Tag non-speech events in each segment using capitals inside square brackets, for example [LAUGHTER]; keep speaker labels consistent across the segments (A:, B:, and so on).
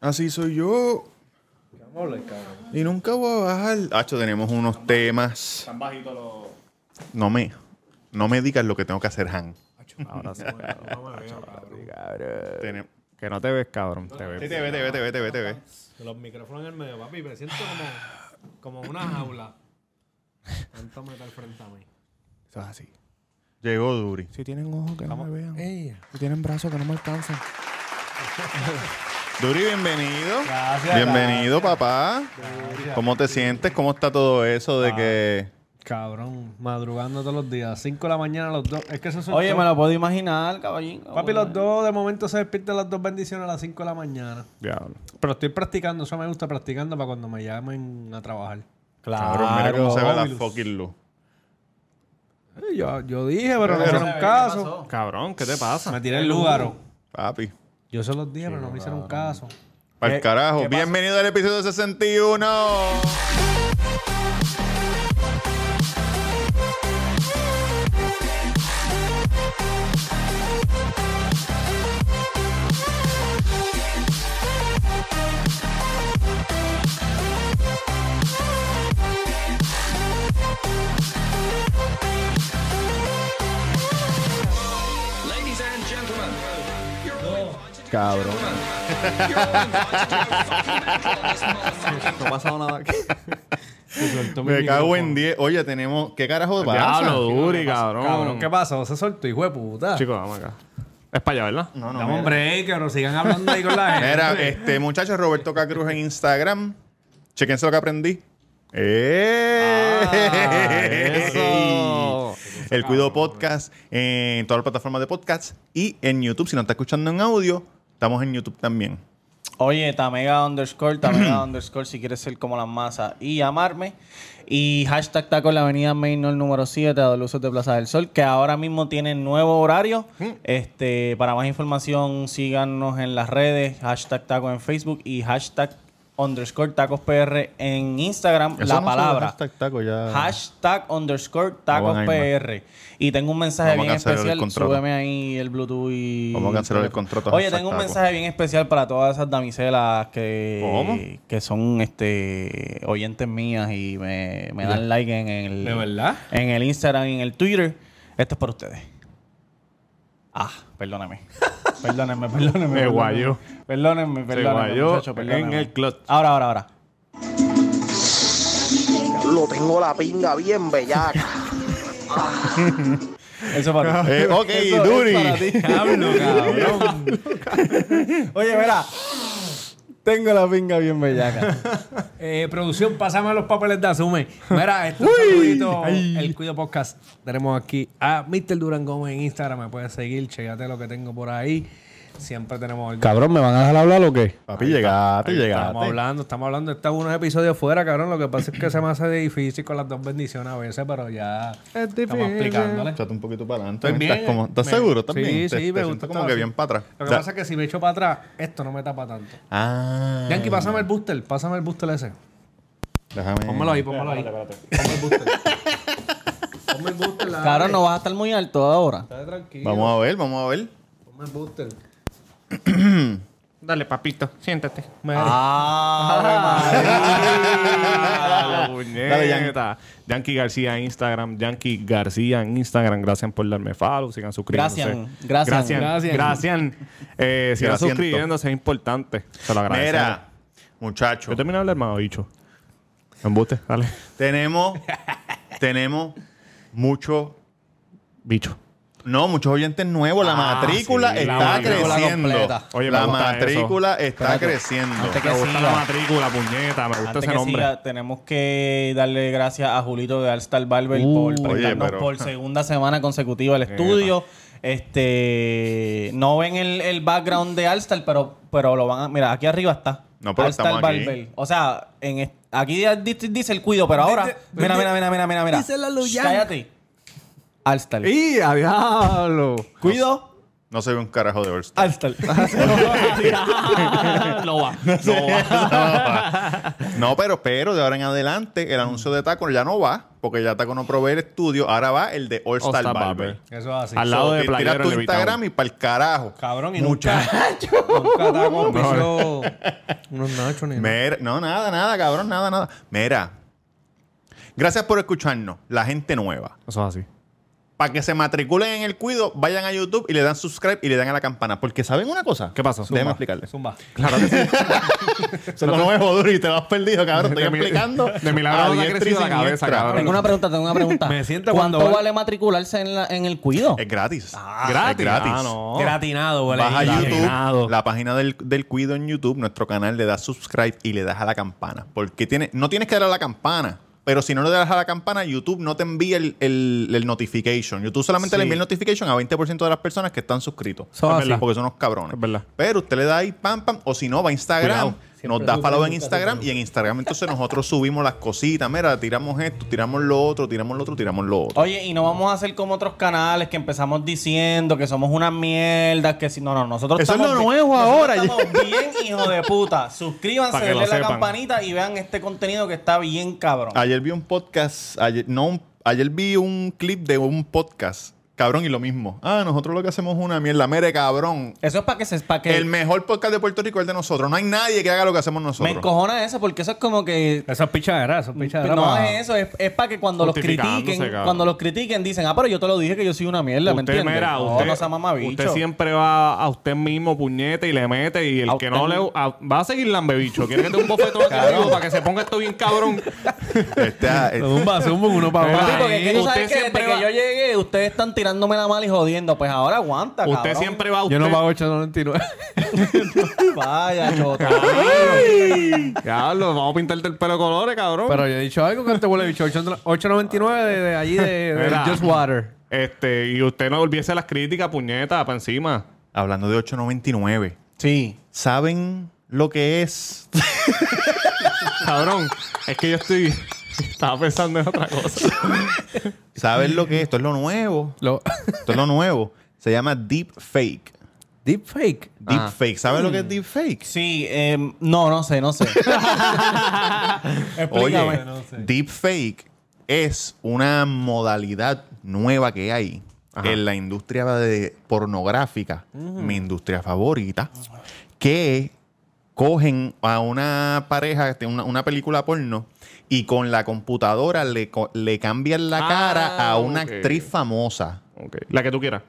A: Así soy yo.
B: Vamos a hablar, cabrón.
A: Y nunca voy a bajar. Hacho, tenemos unos temas.
B: Están bajitos los.
A: No me, no me digas lo que tengo que hacer, Han.
C: Ahora sí, cabrón. Sí, cabrón.
A: Tenem-
C: Que no te ves, cabrón. Te ves.
A: Sí, te ve, te ve, te ve, te ve, te ve.
D: Los micrófonos en el medio, papi. Me siento como, como una jaula. Tanto metal frente a mí.
C: Eso es así.
A: Llegó Duri.
C: Si tienen ojos que no me vean.
D: Ey.
C: Si tienen brazos que no me alcanzan.
A: Duri, bienvenido.
B: Gracias.
A: Bienvenido, papá.
B: gracias.
A: ¿Cómo te sientes? ¿Cómo está todo eso
C: Ah.
A: de que...
D: Cabrón, madrugando todos los días. 5 de la mañana, los dos. Es que eso son.
B: Oye,
D: todos-
B: me lo puedo imaginar, caballín.
D: Papi, los dos, de momento se despiertan las dos bendiciones a las 5 de la mañana.
C: Diablo.
D: Pero estoy practicando, eso me gusta practicando para cuando me llamen a trabajar.
A: Cabrón, mira cómo se ve la
D: Óvilus.
A: fucking luz.
D: Eh, Yo, yo dije, pero no me
A: Pero-
D: hicieron caso.
C: Cabrón, ¿qué te
D: Me
C: pasa?
D: tiré el lúgaro.
A: Papi.
D: Yo se los dije, pero no me hicieron caso.
A: Para
B: ¿Qué-
A: el carajo.
B: qué pasa?
A: Bienvenido al episodio 61.
E: Ladies and gentlemen, you're all invited to
C: Cabrón.
E: You're all invited to go fucking back on this motherfucking
B: No ha pasado [LAUGHS] nada aquí.
D: Se soltó mi
A: Me cago en
D: micrófono.
A: 10. Oye, tenemos... ¿Qué carajo pasa?
C: Diablo, Duri, cabrón.
D: Cabrón, ¿qué pasa? Se soltó, hijo de puta.
C: Chicos, vamos acá. Es para allá, ¿verdad?
A: No, no,
D: Dame
A: mira.
D: un break, cabrón. Sigan hablando ahí con la
A: [LAUGHS]
D: gente.
B: [LAUGHS]
A: Mira, este muchacho Roberto Cacruz en Instagram. Chequense lo que aprendí.
B: Ah,
A: ¡Eh!
C: eso.
A: El Cuido Podcast en todas las plataformas de podcast y en YouTube. Si no está escuchando en audio, estamos en YouTube también.
B: Oye, Tamega underscore, Tamega underscore, si quieres ser como la masa y llamarme. Y hashtag taco en la avenida Mainor número 7 a dos luces de Plaza del Sol, que ahora mismo tienen nuevo horario. Este, para más información, síganos en las redes, hashtag taco en Facebook y hashtag underscore tacos PR en Instagram.
A: Eso
B: la
A: no
B: palabra.
A: se ve, hashtag taco, ya.
B: Hashtag underscore tacos
A: No van a ir
B: PR. Y tengo un mensaje
A: Vamos a
B: bien
A: cancelar el
B: especial.
A: contrato.
B: Súbeme ahí el Bluetooth y.
A: Vamos a cancelar el contrato,
B: Oye,
A: hashtag
B: tengo un
A: taco.
B: mensaje bien especial para todas esas damiselas que,
A: ¿Cómo?
B: que son este oyentes mías y me, me dan like en el,
D: ¿De verdad?
B: en el Instagram y en el Twitter. Esto es para ustedes. Ah, perdóname. [LAUGHS] perdónenme, perdónenme.
C: Me
B: perdónenme.
C: guayó.
B: Perdónenme, perdónenme,
C: guayó
B: muchacho, perdónenme.
C: en el clutch.
B: Ahora, ahora, ahora.
F: Lo tengo la pinga bien bellaca.
B: Eso es para
A: [LAUGHS]
B: ti.
A: Eh, ok,
B: Eso es
A: Duri.
B: para
A: [LAUGHS]
B: ti. Diablo, cabrón. Oye, mira. Tengo la pinga bien bellaca.
D: Eh, producción, pásame los papeles de Asume. Mira, esto es saludito, el Cuido Podcast. Tenemos aquí a Mr. Durán Gómez en Instagram. Me puedes seguir, checate lo que tengo por ahí. Siempre tenemos algo.
C: Cabrón, ¿me van a dejar hablar o qué?
A: Papi, llegaste,
D: Estamos
A: llegaste.
D: hablando, estamos hablando. Estamos unos episodios fuera, cabrón. Lo que pasa es que se me hace difícil con las dos bendiciones a veces, pero ya estamos explicándole.
A: Échate un poquito para adelante.
D: Estoy
A: ¿Estás,
D: bien,
A: como- ¿estás
D: me-
A: seguro? ¿Estás
D: Sí,
A: bien?
D: sí,
A: Te-
D: me
A: te
D: gusta
A: siento como
D: estar
A: que
D: así.
A: bien para atrás.
D: Lo que
A: O sea,
D: pasa es que si me echo para atrás, esto no me tapa tanto.
A: Ah.
D: Yankee, pásame el booster, pásame el booster ese.
A: Déjame.
D: Pónmelo ahí, pónmelo ahí. Ponme el booster. Ponme el booster. la-
B: Cabrón, no vas a estar muy alto ahora.
D: Estate tranquilo.
A: Vamos a ver, vamos a ver.
D: Ponme el booster.
C: Dale, papito, siéntate.
B: Ah,
A: Dale,
C: [LAUGHS] Dale,
A: Yan-
C: Yankee García en Instagram. Yankee García en Instagram. Gracias por darme follow. Sigan suscribiéndose.
B: Gracias, gracias.
C: Gracias. Gracias. Eh, sigan
A: Gracias.
C: suscribiéndose. Es importante. Se lo agradezco.
A: Mira, muchacho.
C: Yo terminé de hablar, mano, bicho. Embuste, dale.
A: Tenemos, tenemos muchos,
C: Bicho.
A: no, muchos oyentes nuevos. La matrícula
C: sí,
A: está
C: la matrícula
A: creciendo.
B: completa.
C: Oye, me
A: la
C: gusta eso.
A: matrícula está
B: Espérate.
A: creciendo.
B: Antes que
C: Me gusta la
B: siga.
C: matrícula, puñeta. Me gusta
B: Antes
C: ese
B: que
C: nombre.
B: siga, tenemos que darle gracias a Julito de Alstar Barber por prestarnos
A: Uh, pero-
B: por segunda semana consecutiva el estudio. Este, no ven el, el background de Alstar, pero, pero lo van a. Mira, aquí arriba está.
A: No, pero
B: Alstar
A: estamos aquí.
B: Barber. O sea, en est- aquí ya di- dice, el cuido, pero ahora.
D: Dice-
B: mira, mira, mira, mira, mira, mira.
D: Díselo a
B: Shh,
D: Luyan.
B: Cállate. Alstar.
C: ¡Y a diablo!
B: Cuido.
A: No se ve un carajo de All-Star.
B: Hasta
C: no va. No va.
A: No, pero, pero de ahora en adelante el anuncio de Taco ya no va, porque ya Taco no provee el estudio, ahora va el de All Star
C: All-Star
A: Barber.
C: Barber.
D: Eso es así.
C: Al lado de
A: Tira
C: Playero
A: tu
C: en Levitown.
A: Instagram y para el carajo.
D: [LAUGHS] Cabrón, y
A: Mucha-
D: nunca. Nunca Taco pisó unos nachos ni nada.
A: Mira, no, nada, nada, cabrón, nada, nada. Mira, gracias por escucharnos, la gente nueva.
C: Eso es así.
A: Para que se matriculen en el cuido, vayan a YouTube y le dan subscribe y le dan a la campana. Porque ¿saben una cosa?
C: ¿Qué pasó?
A: Déjenme
C: [LAUGHS]
A: explicarles.
D: Zumba.
C: Claro que sí.
A: Se lo nuevo, Duri, te lo has perdido, cabrón. Te
C: De
A: estoy
C: mi-
A: explicando.
C: de milagro
A: a
C: no te ha
A: diestra y
C: crecido la cabeza,
A: siniestra.
C: cabrón.
B: Tengo una pregunta, tengo una pregunta.
D: Me siento
B: ¿Cuánto
D: cuando- Eh,
B: vale matricularse en, la- en el cuido?
A: Es gratis.
C: gratis.
A: Es gratis.
C: Ah, no.
D: Gratinado, güey.
A: Vas a
C: Leí,
A: YouTube,
C: llenado.
A: la página del, del Cuido en YouTube, nuestro canal, le das subscribe y le das a la campana. Porque tiene, no tienes que darle a la campana. Pero si no le das a la campana, YouTube no te envía el, el, el notification. YouTube solamente
D: Sí.
A: le envía el notification a 20% de las personas que están suscritos.
D: Eso es así.
A: Porque son unos cabrones.
C: Es verdad.
A: Pero usted le da ahí, pam, pam. O si no, va a Instagram.
C: Cuidado.
A: Nos
D: Siempre
A: da
D: tú
A: follow en
D: preguntas,
A: Instagram
D: tú
A: y en Instagram entonces nosotros subimos las cositas. Mira, tiramos esto, tiramos lo otro, tiramos lo otro, tiramos lo otro.
B: Oye, y no vamos a hacer como otros canales que empezamos diciendo que somos unas mierdas, que si no, no, nosotros
A: Eso es
B: estamos
A: lo
B: bi-
A: nuevo
B: nosotros
A: ahora.
B: Estamos bien, hijo de
A: [LAUGHS]
B: puta.
C: Pa'
B: Suscríbanse,
C: que
B: denle
C: lo
B: la
C: sepan.
B: campanita y vean este contenido que está bien cabrón.
A: Ayer vi un podcast, ayer, no, un- ayer vi un clip de un podcast, cabrón, y lo mismo. Ah, nosotros lo que hacemos es una mierda, mere cabrón.
B: Eso es para que se pa' que
A: El mejor podcast de Puerto Rico es el de nosotros. No hay nadie que haga lo que hacemos
B: me
A: nosotros.
B: encojona eso porque eso es como que
D: Esas pichaderas, esas pichaderas.
B: Pues no
D: pa-
B: es eso, es, es para que cuando los
C: Justificándose,
B: critiquen,
C: cabrón.
B: cuando los critiquen dicen, "Ah, pero yo te lo dije que yo soy una mierda", ¿me
C: Usted,
B: entiendes?
C: mira,
B: No,
C: usted,
B: no sea mamabicho.
C: usted siempre va a usted mismo puñete y le mete y el
B: A
C: que
B: usted
C: no le
B: mismo.
C: a- va a seguir lambebicho. Quiere que te dé un bofetón aquí arriba para que se ponga esto
B: [LAUGHS]
C: bien cabrón.
A: Este, ah, eh,
D: Zumba, zumba, uno [LAUGHS] para
B: Sí,
D: abajo.
B: porque es que tú
C: Usted
B: sabes que desde
C: siempre
B: que
C: va-
B: yo llegué, ustedes están tirándome la mala y jodiendo. Pues ahora aguanta,
C: usted
B: cabrón.
C: siempre va a usted.
D: Yo no pago 8.99.
B: [LAUGHS]
C: [LAUGHS]
B: Vaya, chota.
C: Diablo, vamos a pintarte el pelo de colores, cabrón.
D: [LAUGHS] Pero yo he dicho algo que te huele bicho. 8.99 de, de allí, de, de
C: Mira.
D: eh, Just Water.
C: Este, y usted no volviese las críticas, puñeta, para encima.
A: hablando de 8.99,
B: Sí.
A: ¿saben lo que es?
C: Cabrón, es que yo estoy. Estaba pensando en otra cosa.
B: [LAUGHS]
A: ¿Saben lo que es? Esto es lo nuevo.
D: Lo... [LAUGHS]
A: Esto es lo nuevo. Se llama Deep Fake.
D: Deepfake.
A: Deep Fake. ¿Saben lo que es Deep Fake?
B: Sí, em, no, no sé, no sé.
A: Oye,
B: Explícame.
D: no sé.
A: deepfake es una modalidad nueva que hay en la industria de pornográfica, mi industria favorita, que cogen a una pareja, este, una, una película porno, y con la computadora le, co- le cambian la
C: Ah,
A: cara a una
C: ok.
A: actriz famosa.
C: Ok, La que tú quieras.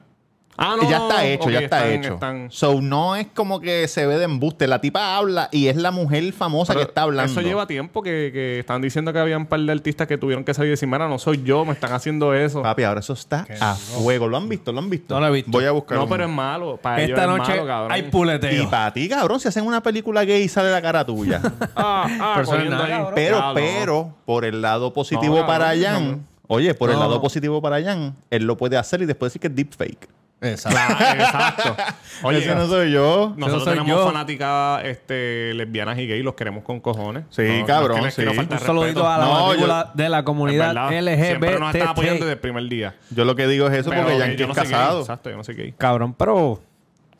C: Ah,
A: ya está hecho,
C: ok,
A: ya está
C: están-
A: hecho.
C: están-
A: So, no es como que se ve de embuste. La tipa habla y es la mujer famosa
C: Pero
A: que está hablando.
C: Eso lleva tiempo que, que están diciendo que había un par de artistas que tuvieron que salir y decir, mira, no soy yo, me están haciendo eso.
A: Papi, ahora eso está a fuego. ¿Lo han visto? ¿Lo han visto?
D: No lo he visto.
A: Voy a buscar.
C: no,
A: un-
C: pero es malo. Para ellos
D: Esta
C: es
D: noche
C: malo, cabrón.
D: hay
A: Y
D: puleteo.
A: para ti, cabrón, si hacen una película gay y sale la cara
D: [LAUGHS]
A: tuya.
C: Ah, ah,
D: Pero eso no es
C: cogiendo
D: nada,
C: ahí.
D: cabrón.
A: pero,
C: Diablo.
A: pero, por el lado positivo
C: No,
A: para
C: cabrón,
A: Jan, oye, por el
D: No.
A: lado positivo para Jan, él lo puede hacer y después decir que es deepfake.
D: Exacto.
C: Ah, exacto. Oye,
A: Ese no soy yo.
C: nosotros
D: Ese no soy
C: tenemos
D: yo.
C: fanáticas este, lesbianas y gays, los queremos con cojones.
A: Sí, cabrón,
C: es que les
A: sí.
C: quiero faltar
D: Un saludito
C: respeto.
D: a la
A: No,
D: matrícula de la
C: Es
D: comunidad
C: verdad. Siempre nos están apoyando
D: LGBT.
C: desde el primer día.
A: Yo lo que digo es eso
C: Pero
A: porque
C: que
A: Yankee
C: yo no
A: es
C: soy gay,
A: casado.
C: Exacto, yo no soy gay.
D: Cabrón, pero...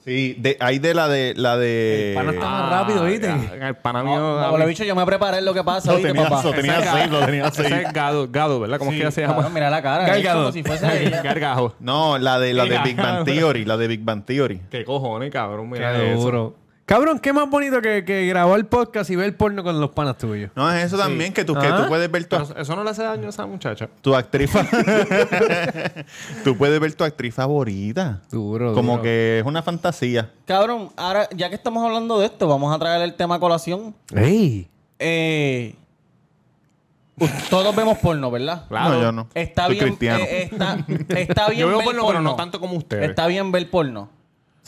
A: sí, de, hay de la de la de.
D: El pana está más rápido, ¿viste?
C: Ah, ya, El pana mío.
B: No,
C: a
B: no,
C: mí-
B: bicho, yo me preparé en lo que pasa,
A: Lo
B: ¿viste,
A: tenía-
B: papá?
A: lo tenía
C: Ese
A: seis, lo tenía
C: ese
A: seis.
C: es Gado, Gado, ¿verdad? ¿Cómo es que se
B: Cabrón,
C: llama?
B: mira la cara. es
D: Galgado.
B: Como si
C: [LAUGHS]
B: fuese ella.
C: Gargajo.
A: No, la de la de
C: Mira.
A: Big Bang Theory, la de Big Bang Theory.
C: ¿Qué cojones, cabrón? Mira
D: Qué
C: eso.
D: duro. Cabrón, qué más bonito que, que grabar el podcast y ver el porno con los panas tuyos.
A: No, es eso también, que, tú, que
D: Ah.
A: tú puedes ver tu,
C: Pero eso no le hace daño a esa muchacha.
A: tu actriz fa- [LAUGHS] Tú puedes ver tu actriz favorita.
D: Duro,
A: Como
D: duro.
A: que es una fantasía.
B: Cabrón, ahora, ya que estamos hablando de esto, vamos a traer el tema a colación.
D: ¡Ey!
B: Eh, todos vemos porno, ¿verdad?
C: Claro.
A: No, yo no.
B: Está
A: Soy
B: bien,
A: cristiano.
B: eh, está, está bien
C: [LAUGHS] Yo veo
B: ver
C: porno, pero no tanto como ustedes.
B: Está bien ver porno.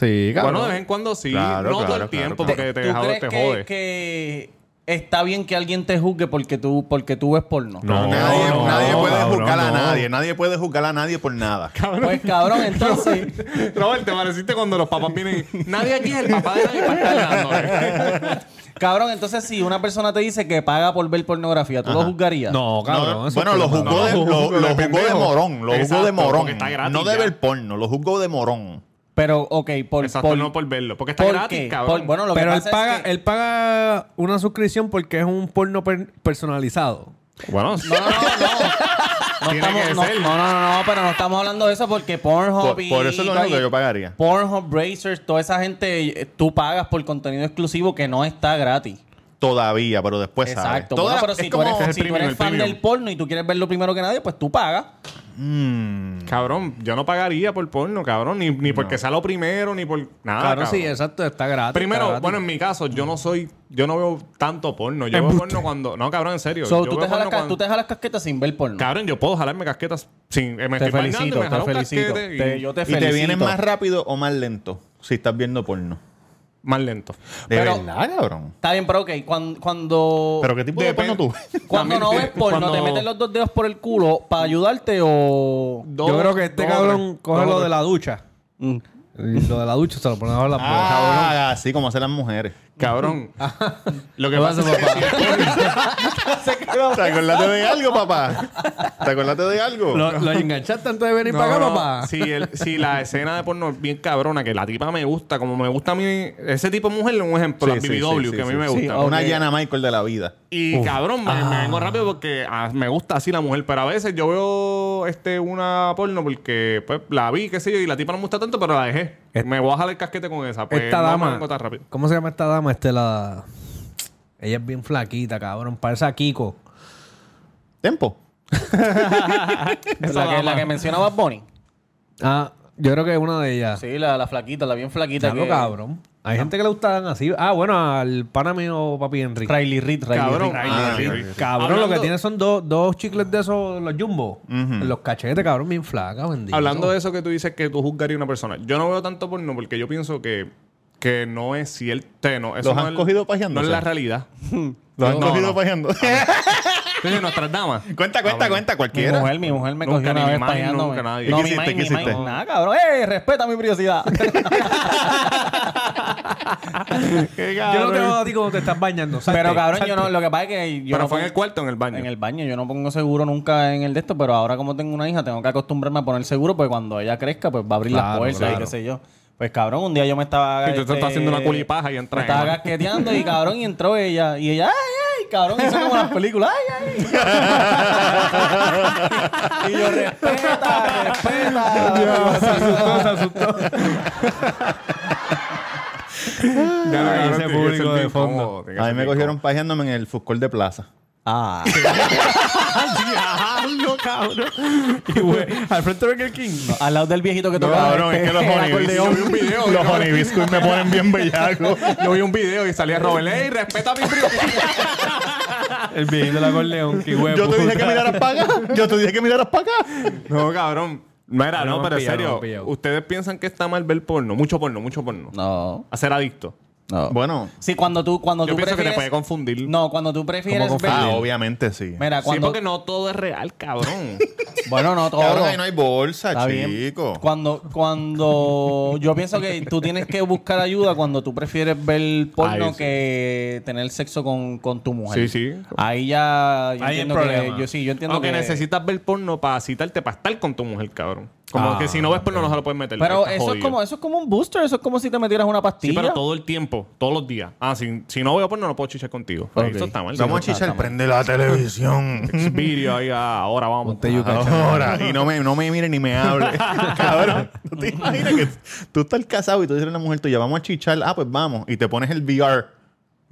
D: Sí, cabrón.
C: Bueno, de vez en cuando sí.
A: Claro,
C: no todo
A: claro,
C: el tiempo,
A: claro,
C: porque te,
B: ¿Tú
C: jode-
B: crees
C: te
B: que,
C: jode.
B: que está bien que alguien te juzgue porque tú, porque tú ves porno?
C: No,
A: nadie,
C: no,
A: nadie puede
C: cabrón,
A: juzgar a
C: no.
A: nadie. Nadie puede juzgar a nadie por nada.
B: Pues
C: [LAUGHS]
B: cabrón, entonces...
C: [LAUGHS] Robert, te pareciste cuando los papás vienen. Nadie aquí es el papá de nadie para estar eh. dándole.
B: Cabrón, entonces si una persona te dice que paga por ver pornografía, ¿tú lo juzgarías?
D: No, cabrón.
A: No,
D: eso
A: bueno,
D: es
A: lo
D: como-
A: juzgó de, lo,
C: no, no,
A: lo
C: de
A: juzgó de
C: pendejo.
A: morón. Lo juzgó
C: Exacto,
A: de morón.
C: porque está gratis
A: No de
C: ya.
A: ver porno. Lo juzgó de morón.
B: Pero, ok, por...
C: Exacto,
B: por-
C: no por verlo. Porque está
B: ¿por
C: gratis,
B: qué?
C: cabrón.
B: Por- bueno, lo
D: Pero
B: que
D: él
B: pasa
D: paga,
B: es que-
D: él paga una suscripción porque es un porno per- personalizado.
C: Bueno,
B: No, no, [LAUGHS] no. No,
C: Tiene
B: estamos-
C: que
B: no,
C: ser.
B: no, no, no, no, pero no estamos hablando de eso porque Pornhub
A: Por,
B: y-
A: por eso es lo
B: y-
A: único que yo pagaría.
B: Pornhub, Brazers, toda esa gente, eh, tú pagas por contenido exclusivo que no está gratis.
A: Todavía, pero después sabes.
B: Exacto.
A: Pues Toda-
B: Bueno, pero
A: es
B: si tú
A: como-
B: eres,
C: Este es el
B: si tú
C: premium,
B: eres
C: el
B: fan
C: premium.
B: del porno y tú quieres verlo primero que nadie, pues tú pagas.
C: cabrón, yo no pagaría por porno, cabrón. Ni, ni porque sea lo primero, ni por nada.
D: claro,
C: Ah, cabrón.
D: sí, exacto, está gratis. está
C: Primero,
D: gratis.
C: bueno, en mi caso, yo no soy, yo no veo tanto porno. Yo veo porno cuando. No, cabrón, en serio.
B: So,
C: yo
B: tú,
C: veo
B: te jalas,
C: porno
B: ca-
C: cuando-
B: tú te jalas casquetas sin ver porno.
C: Cabrón, yo puedo jalarme casquetas sin. eh, me
B: te
C: estoy bañando y
B: felicito,
C: me jalo
B: te
C: un
B: felicito.
C: casquete y-
B: Te- yo te
A: y
B: felicito.
A: te viene más rápido o más lento si estás viendo porno.
C: más lento. Pues,
A: De
B: [LAUGHS] Pero-
A: verdad, cabrón.
B: Está bien, pero ok, cuando... cuando...
A: Pero qué tipo de
C: Depende-
A: porno tú ves?
B: Cuando no
C: También
B: ves porno,
C: cuando-
B: ¿te meten los dos dedos por el culo para ayudarte o...?
C: Dos-
D: Yo creo que este
C: dos o
D: cabrón
C: tres,
D: coge
C: dos o
D: lo
C: tres.
D: de la ducha.
B: Mm.
D: Lo de la ducha se lo pone bajo la
A: Ah, así como hacen las mujeres.
B: [LAUGHS]
C: Cabrón. lo que pasa es que.
A: ¿Te acordaste de algo, papá? ¿Te acordaste de algo?
D: Lo, lo enganchaste antes de venir
C: No,
D: para acá,
C: no,
D: papá.
C: Si, el-
B: [LAUGHS]
C: si la escena de porno es bien cabrona, que la tipa me gusta, como me gusta a mí, ese tipo de mujer es un ejemplo,
A: Sí,
C: la
A: sí,
C: BBW,
A: sí, sí,
C: que a mí
A: sí,
C: me
A: sí.
C: gusta.
A: Una
B: Ok.
A: Yana Michael de la vida.
C: Y cabrón, me, me vengo rápido porque ah, me gusta así la mujer, pero a veces yo veo este una porno porque pues la vi, qué sé yo, y la tipa no me gusta tanto, pero la dejé.
D: Es-
C: me voy a jalar el casquete con esa. Pues
D: Esta
C: no me
D: dama.
C: vengo tan rápido.
D: ¿Cómo se llama esta dama? Este la. Ella es bien flaquita, cabrón. Parece a Kiko.
A: Tempo.
B: La que, la que mencionaba Bonnie.
D: Ah, yo creo que es una de ellas.
B: Sí, la, la flaquita, la bien flaquita.
D: Diablo,
B: que-
D: cabrón. Hay gente que le gustan así. Ah, bueno, al pana mío, papi Enrique.
B: Riley Reed, Riley
C: Cabrón,
B: Reed.
C: ah,
A: Riley
C: Riley Reed.
D: Cabrón, lo que
C: Hablando-
D: tiene son dos, dos chicles de esos, los jumbo. En Los cachetes, cabrón, bien flaca, bendito.
C: Hablando de eso que tú dices que tú juzgarías a una persona, yo no veo tanto porno porque yo pienso que, que no es cierto. No, eso
A: ¿Los
C: no
A: han
C: es-
A: cogido pajeándose?
C: No es la realidad.
A: [LAUGHS] Lo han
C: No,
A: cogido
C: no.
A: pajeando.
C: Entonces,
A: [LAUGHS]
C: nuestras damas.
A: cuenta, cuenta, cuenta,
B: Mi
A: cualquiera.
B: mujer, mi mujer me
C: Nunca,
B: cogió una
C: ni
B: vez
C: Mike,
B: pajeándome.
C: nunca nadie.
B: No,
A: ¿Qué
B: mi
A: hiciste?
B: Mike,
A: ¿Qué
B: mi Mike.
A: hiciste?
B: Nada, cabrón. ¡Ey! Respeta mi
C: [LAUGHS]
B: privacidad.
D: Yo no te veo a ti cuando te estás bañando. salte,
B: pero cabrón,
D: [LAUGHS]
B: yo
D: salte.
B: no... Lo que pasa es que yo
C: Pero
B: no
C: fue en
B: pongo-
C: el cuarto o en el baño.
B: en el baño. Yo no pongo seguro nunca en el de esto, pero ahora como tengo una hija, tengo que acostumbrarme a poner seguro porque cuando ella crezca, pues va a abrir las
D: Claro,
B: puertas y
D: claro.
B: qué sé yo. Pues cabrón, un día yo me estaba... este,
C: Sí, tú te estás haciendo una culipaja y entra
B: Me estaba
C: ella.
B: gasqueteando y cabrón, y entró ella. Y ella, ¡ay, ay! Cabrón, hizo como las películas. ¡Ay, ay! Y yo, respeta, respeta.
D: Se asustó, se asustó.
C: Ya,
D: Ay,
C: cabrón,
D: ese
C: tiene que
D: público
C: ser
D: de
C: bien
D: fondo.
C: cómodo, tiene que
A: A mí
C: ser
A: me
C: bien
A: cogieron pajeándome en el fútbol de plaza.
B: Ah.
C: Diablo, cabrón.
D: Y, güey, al frente de Burger King. no.
B: Al lado del viejito que tocaba. este,
C: [LAUGHS]
B: el acordeón.
C: vi un video.
A: Los Honey Biscuit me ponen bien bellaco.
C: [LAUGHS] Yo vi un video y salía Robert, ¡ey, respeta mi privacidad!
D: El viejito del acordeón. Qué huevo.
A: Yo te dije que miraras para acá. Yo te dije que miraras para
C: [LAUGHS]
A: acá.
C: [LAUGHS] no, cabrón. No era,
D: No,
C: no,
D: me
C: pero
D: han
C: en
D: pillado,
C: serio.
D: me han pillado.
C: Ustedes piensan que está mal ver porno. Mucho porno, mucho porno.
B: No,
C: A ser adicto.
B: no.
A: Bueno.
B: Sí, cuando tú, cuando
C: Yo
B: tú
C: pienso que te
B: prefieres...
C: puede confundir.
B: No, cuando tú prefieres
D: ¿Cómo
B: ver...
A: Ah, obviamente sí.
B: Mira,
C: Sí,
B: cuando...
C: porque no todo es real, cabrón.
B: Bueno, no todo.
A: Cabrón, ahí no hay bolsa,
B: Está bien.
A: chico.
B: Cuando, cuando yo pienso que tú tienes que buscar ayuda cuando tú prefieres ver porno
C: Ahí sí.
B: que tener sexo con, con tu mujer.
C: Sí, sí.
B: Ahí ya yo
D: Ahí hay
B: entiendo que
D: problema.
B: yo sí, yo [LAUGHS] entiendo
C: Aunque
B: que
C: necesitas ver porno para citarte, para estar con tu mujer, cabrón. Como
D: Ah,
C: que si no ves porno no se lo puedes meter.
B: Pero
C: Está
B: eso es
C: jodido.
B: como eso es como un booster, eso es como si te metieras una pastilla.
C: Sí, pero todo el tiempo, todos los días. Ah, si, si no veo porno no puedo chichar contigo. Pues,
B: Ok.
C: Eso está mal.
A: Vamos a chichar, prende la televisión.
C: Video ahí, ah, ahora vamos.
A: Ahora, y no me, no me mire ni me hable. Cabrón, ¿tú te imaginas que tú estás casado y tú dices a la mujer tuya, vamos a chichar? Ah, pues vamos. Y te pones el VR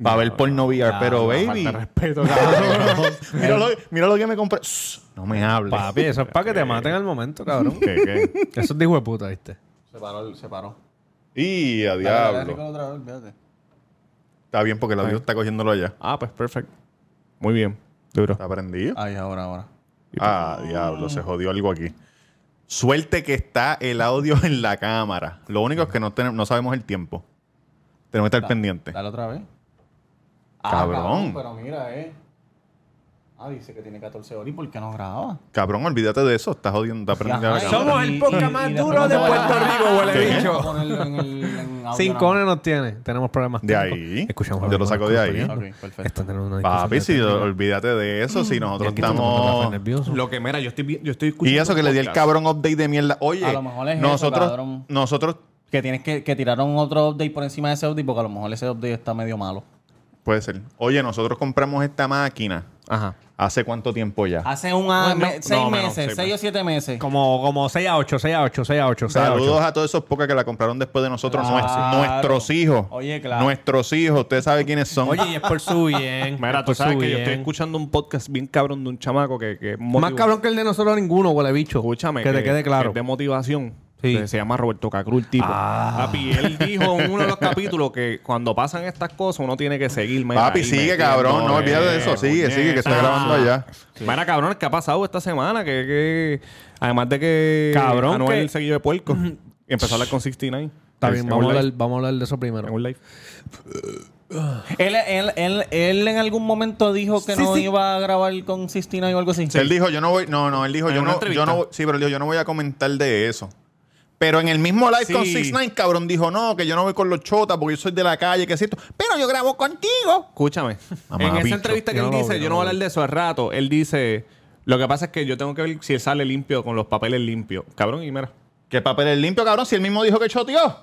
A: para ver porno VR. Pero, baby,
C: Falta de respeto, [LAUGHS] cabrón.
A: mira, lo, mira lo que me compré. Shh, No me hables.
D: Papi, eso es para que te maten al momento, cabrón.
C: ¿Qué, qué?
D: Eso es de hijo de puta, ¿viste?
B: se paró, se paró.
A: Y a diablo. Está bien porque el audio está cogiéndolo allá.
C: Ah, pues perfecto. Muy bien. Duro.
A: Está prendido.
B: Ay, ahora, ahora.
A: Ah, diablo, se jodió algo aquí. Suerte que está el audio en la cámara. Lo único es que no, tenemos, no sabemos el tiempo. Tenemos que estar pendientes.
B: Dale Ah, otra vez.
A: Cabrón.
B: Pero mira, eh. Ah, dice que tiene 14 horas y ¿por qué no graba?
A: Cabrón, olvídate de eso. Está jodiendo, está prendiendo la
B: Ajá,
A: cámara.
D: Somos
B: y-
D: el podcast
B: y- y
D: más
B: después
D: duro de
B: vamos a-
D: Puerto Rico, huele
B: Sí.
D: bicho.
B: Vamos a ponerlo en el- en audio
D: Cinco
B: nada más.
D: años nos tiene. Tenemos problemas
A: De
D: técnicos.
A: ahí.
D: Escuchamos
A: Yo lo
D: problemas
A: saco de ahí.
D: técnicos.
B: Ok, perfecto.
D: Están teniendo una
A: Papi,
D: discusión
A: si
D: técnica.
A: olvídate de eso, si nosotros
D: Es que este tú no te vas a poner
A: estamos.
D: nervioso.
C: Lo que, mira, yo estoy, vi- yo estoy escuchando.
A: Y eso que le di el
C: podcast.
A: cabrón update de mierda. Oye,
B: A lo mejor es eso,
A: nosotros,
B: cabrón.
A: nosotros
B: Que tienes que, que tiraron otro update por encima de ese update porque a lo mejor ese update está medio malo.
A: Puede ser. Oye, nosotros compramos esta máquina.
D: Ajá.
A: ¿Hace cuánto tiempo ya?
B: Hace un año,
C: Bueno,
B: seis
C: no, menos,
B: meses,
C: seis
B: seis o siete meses.
D: Como, como 6 a 8, 6 a 8, 6 a 8, 6 a 8.
A: Saludos a todos esos pocas que la compraron después de nosotros.
B: Claro.
A: Nues- Nuestros hijos.
B: Oye, claro.
A: Nuestros hijos. Usted sabe quiénes son.
D: Oye, y es por su bien.
C: Mira,
D: es
C: tú
D: por
C: sabes
D: su
C: que yo estoy
D: bien.
C: escuchando un podcast bien cabrón de un chamaco que, que es
D: Más
C: motivado.
D: cabrón que el de nosotros ninguno, huele bicho.
C: Escúchame.
D: Que, te quede claro.
C: es de motivación.
D: Sí. Ah.
C: Se, se llama Roberto Cacru el tipo. Papi, él dijo en uno de los capítulos que cuando pasan estas cosas uno tiene que seguir. mira,
A: Papi,
C: ahí
A: sigue,
C: metiendo,
A: cabrón. No
C: eh,
A: olvides de eso. Sigue, sigue, que está grabando allá.
C: Mira, cabrón, ¿qué ha pasado esta semana? Que, que- además de que
D: Cabrón,
C: Anuel
D: que-
C: seguido de puerco. Y empezó a hablar con 69.
D: Está
C: En
D: bien,
C: un
D: vamos a,
C: live,
D: hablar, vamos a hablar de eso primero.
C: en un live.
B: Él, él, él, él en algún momento dijo que
D: Sí,
B: no
D: sí.
B: iba a grabar con Sistina o algo así.
A: Él dijo, yo no voy. No, no, él dijo, yo
C: una
A: no, yo
C: entrevista.
A: no. Sí, pero él dijo, yo no voy a comentar de eso. Pero en el mismo live
C: Sí.
A: con 6ix9ine, cabrón, dijo, no, que yo no voy con los chotas porque yo soy de la calle, que es esto. Pero yo grabo contigo.
C: Escúchame.
A: Mamá
C: en esa
A: bicho.
C: entrevista que
D: Yo
C: él
D: no lo
C: dice,
D: vi,
C: yo
D: yo
C: no
D: no
C: voy a
D: lo
C: hablar de eso al rato. Él dice, lo que pasa es que yo tengo que ver si él sale limpio con los papeles limpios. Cabrón, y mira.
A: ¿Qué papel es limpio, cabrón? Si él mismo dijo que choteó.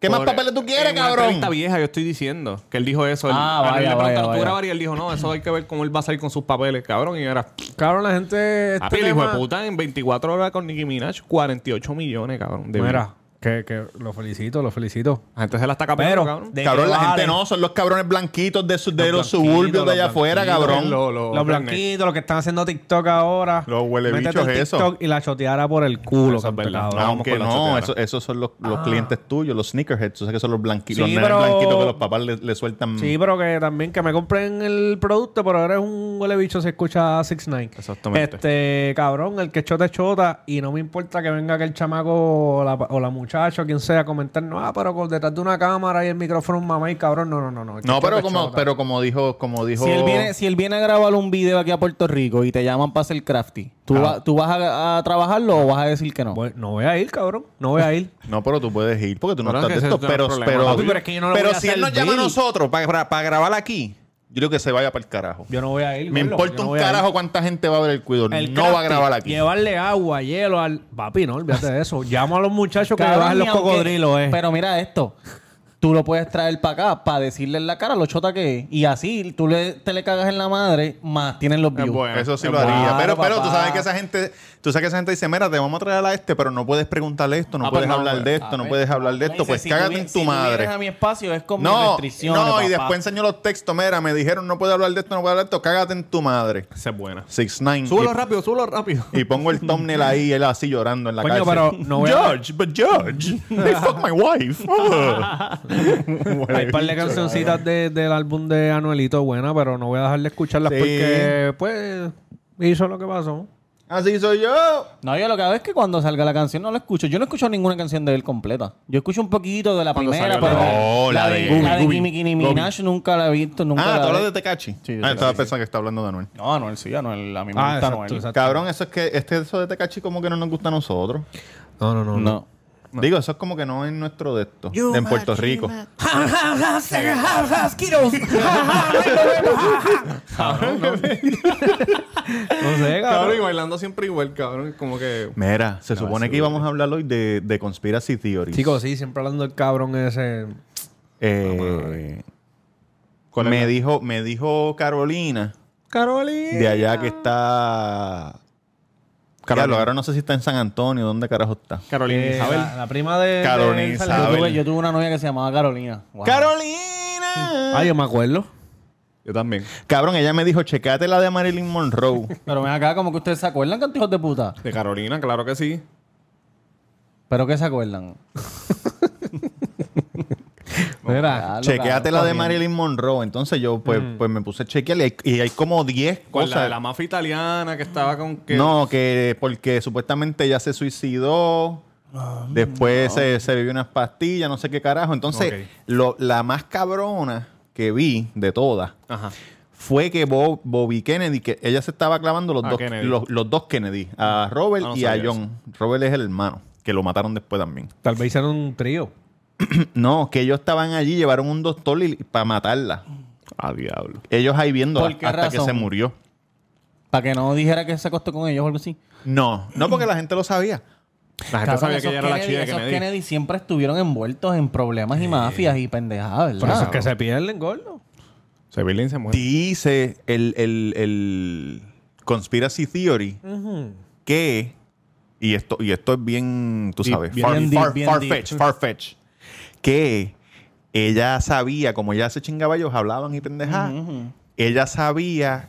A: ¿Qué más
C: Por-
A: papeles tú quieres,
C: en Una
A: cabrón?
C: entrevista vieja, yo estoy diciendo que él dijo eso. Él-
B: Ah,
C: a él
B: vaya,
C: le
B: vaya,
C: preguntaron,
B: vaya.
C: ¿tú grabar? Y él dijo, no, eso hay que ver cómo él va a salir con sus papeles, cabrón. Y era,
D: Cabrón, la gente. este
C: papi, el hijo
D: tema-
C: de puta en 24 horas con Nicki Minaj, 48 millones, cabrón. de views.
D: Mira, que, que lo felicito, lo felicito.
C: La gente se la está capeando,
D: Pero,
C: cabrón.
D: de
A: Cabrón,
D: que
A: la gente
D: valen.
A: no, son los cabrones blanquitos de, sus- de los,
D: Los blanquitos,
A: suburbios de
D: los
A: allá afuera,
D: blanquitos,
A: Ah, cabrón.
C: Lo- lo-
D: Los blanquitos, los que están haciendo TikTok ahora.
A: Los huelebichos
D: Métete el
A: eso.
D: TikTok Y la choteara por el culo,
C: Eso es verdad.
D: cabrón.
C: Vamos
A: Aunque
C: con la
A: no,
C: choteada.
A: eso- esos son los, los clientes tuyos, los sneakerheads. O sea que son los blanquitos,
D: Ah. Sí,
A: los nenes
D: pero-
A: blanquitos que los papás le, le sueltan.
D: Sí, pero que también que me compren el producto, pero eres un huele bicho si escucha 6ix9ine.
C: Exactamente.
D: Este, cabrón, el que chota es chota y no me importa que venga aquel chamaco o la, o la muchacha o quien sea a comentarnos, ah, pero con detrás de una cámara y el micrófono mamá y cabrón, no, no, no. no el que
A: no, pero
D: chota es
A: como,
D: chota.
A: pero como dijo, como dijo.
B: Si él, viene, si él viene a grabar un video aquí a Puerto Rico y te llaman para hacer crafty, ¿tú, va- ¿tú vas a, a trabajarlo o vas a decir que no?
D: Bueno, no voy a ir, cabrón. No voy a ir.
A: No, pero tú puedes ir porque tú no
C: Pero
A: estás de
C: es que ese
A: esto.
C: es el
A: Pero,
C: problema,
A: pero,
C: papi,
D: pero es que yo no le
A: pero
D: voy a
A: si él
D: hacer
A: nos llama a
D: bill.
A: nosotros para, para, para grabar aquí, yo creo que se vaya para el carajo.
D: Yo no voy a ir.
A: Me
D: gordo,
A: importa
D: yo no
A: un
D: voy a ir.
A: carajo cuánta gente va a ver el cuidor.
D: El
A: no va a
D: crafting,
A: grabar aquí.
D: Llevarle agua, hielo al. Papi, no, olvídate de eso. Llamo a los muchachos que
B: Cabrón,
D: bajen los
B: ni aunque-
D: cocodrilos, eh.
B: Pero mira esto. Tú lo puedes traer para acá para decirle en la cara lo chota que es. Y así tú le, te le cagas en la madre, más tienen los views.
C: bueno.
A: Eso sí
C: Es
A: lo haría.
B: bueno,
A: Pero, pero tú
B: papá.
A: sabes que esa gente, tú sabes que esa gente dice, mira, te vamos a traer a este, pero no puedes preguntarle esto, no
C: Ah, pues
A: puedes
C: no,
A: hablar
C: pues.
A: de esto, no puedes hablar de esto,
B: Dice,
A: pues
B: si
A: cágate
B: tú vi-
A: en tu
B: si tú
A: madre.
B: vienes a mi espacio es con mis
A: No,
B: restricciones,
A: no, y
B: papá.
A: después enseñó los textos, mira, me dijeron, no puedes hablar de esto, no puedes hablar de esto, cágate en tu madre.
C: Esa es buena.
A: 6 9
C: Súbelo rápido, súbelo rápido.
A: y pongo el thumbnail ahí, él así llorando en la
D: Coño,
A: cárcel.
D: pero no voy a-
A: George, but George, they fuck my
D: [LAUGHS]
A: wife.
D: Hay un par de cancioncitas de- del álbum de Anuelito buena, pero no voy a dejar de escucharlas
A: Sí.
D: porque, pues, hizo lo que pasó.
A: Así soy yo.
B: No, yo lo que hago es que cuando salga la canción no la escucho. Yo no escucho ninguna canción de él completa. Yo escucho un poquito de la
C: Cuando
B: primera,
C: salió
B: pero
C: la-
A: No, Oh, la de-
B: la de
A: Gubi,
B: Nicki- Nicki Minaj nunca la he visto, nunca
A: Ah,
B: la
A: tú
B: he-
A: hablas de Tecachi.
B: Sí, de
A: ah, estaba
B: Tekashi.
A: pensando que está hablando de Anuel.
B: No, Anuel sí, Anuel. A mí me
D: Ah,
B: gusta
D: exacto,
B: Anuel.
D: exacto.
A: Cabrón, eso es que este eso de Tecachi como que no nos gusta a nosotros.
D: No, no, no.
B: No.
A: Digo, eso es como que no es nuestro de esto. en Puerto Rico.
D: No sé,
C: Cabrón, y
D: cabrón.
C: bailando siempre igual, cabrón. Como que...
A: Mira, se supone que íbamos a hablar hoy de, de conspiracy theories.
D: Chicos, sí, siempre hablando del cabrón ese.
A: Eh, me dijo, me dijo Carolina
D: Carolina.
A: de allá que está. Claro, ahora no sé si está en San Antonio, ¿dónde carajo está?
C: Carolina
D: Eh,
C: Isabel.
D: la, la prima de.
A: Carolina
D: de-
A: Isabel.
B: Yo
A: Abel.
B: tuve, yo tuve una novia que se llamaba Carolina. Wow.
A: ¡Carolina!
D: Ah, yo me acuerdo.
C: Yo también.
A: Cabrón, ella me dijo, checate la de Marilyn
C: [LAUGHS]
A: Monroe.
B: Pero ven acá, como que ustedes se acuerdan, cantijos de puta.
C: De Carolina, claro que sí.
B: ¿Pero qué se [LAUGHS] acuerdan?
D: Mira.
A: Chequeate la de Marilyn Monroe. Entonces yo pues, pues me puse a chequear y hay, y hay como 10
C: Mm. Con la,
A: cosas.
C: de la mafia italiana que estaba con... Que...
A: No, que porque supuestamente ella se suicidó.
C: Ah,
A: Después se, se bebió unas pastillas, no sé qué carajo. Entonces,
C: Ok.
A: lo- la más cabrona que vi de todas
C: Ajá.
A: fue que Bo- Bobby Kennedy, que ella se estaba clavando los,
C: Ah,
A: dos,
C: Kennedy.
A: los, los dos Kennedy, a Robert
C: Ah, no
A: y a
C: sabía
A: John. Robert es el hermano, que lo mataron después también. [LAUGHS]
D: Tal vez hicieron un trío.
A: No, que ellos estaban allí, llevaron un doctor para matarla.
C: A diablo.
A: Ellos ahí viendo
B: ¿Por qué
A: hasta que
B: razón?
A: se murió.
B: Para que no dijera que se acostó con ellos o algo así.
A: No, no porque la gente lo sabía.
C: La gente
B: Cabrón,
C: sabía que
B: esos
C: ella era la
B: Kennedy-
C: chida de
B: esos
C: Kennedy.
B: Kennedy siempre estuvieron envueltos en problemas y mafias y pendejadas, ¿verdad?
G: Por eso es que se pierden, gordo.
C: Se Berlín se muere.
A: Dice el, el- el conspiracy theory que, y esto, y esto es bien, tú
C: Bien-
A: sabes,
C: bien
A: far,
B: deep,
A: far-
B: bien
A: farfetch,
B: deep.
A: farfetch, que ella sabía, como ya se chingaba, ellos hablaban y pendejadas, ella sabía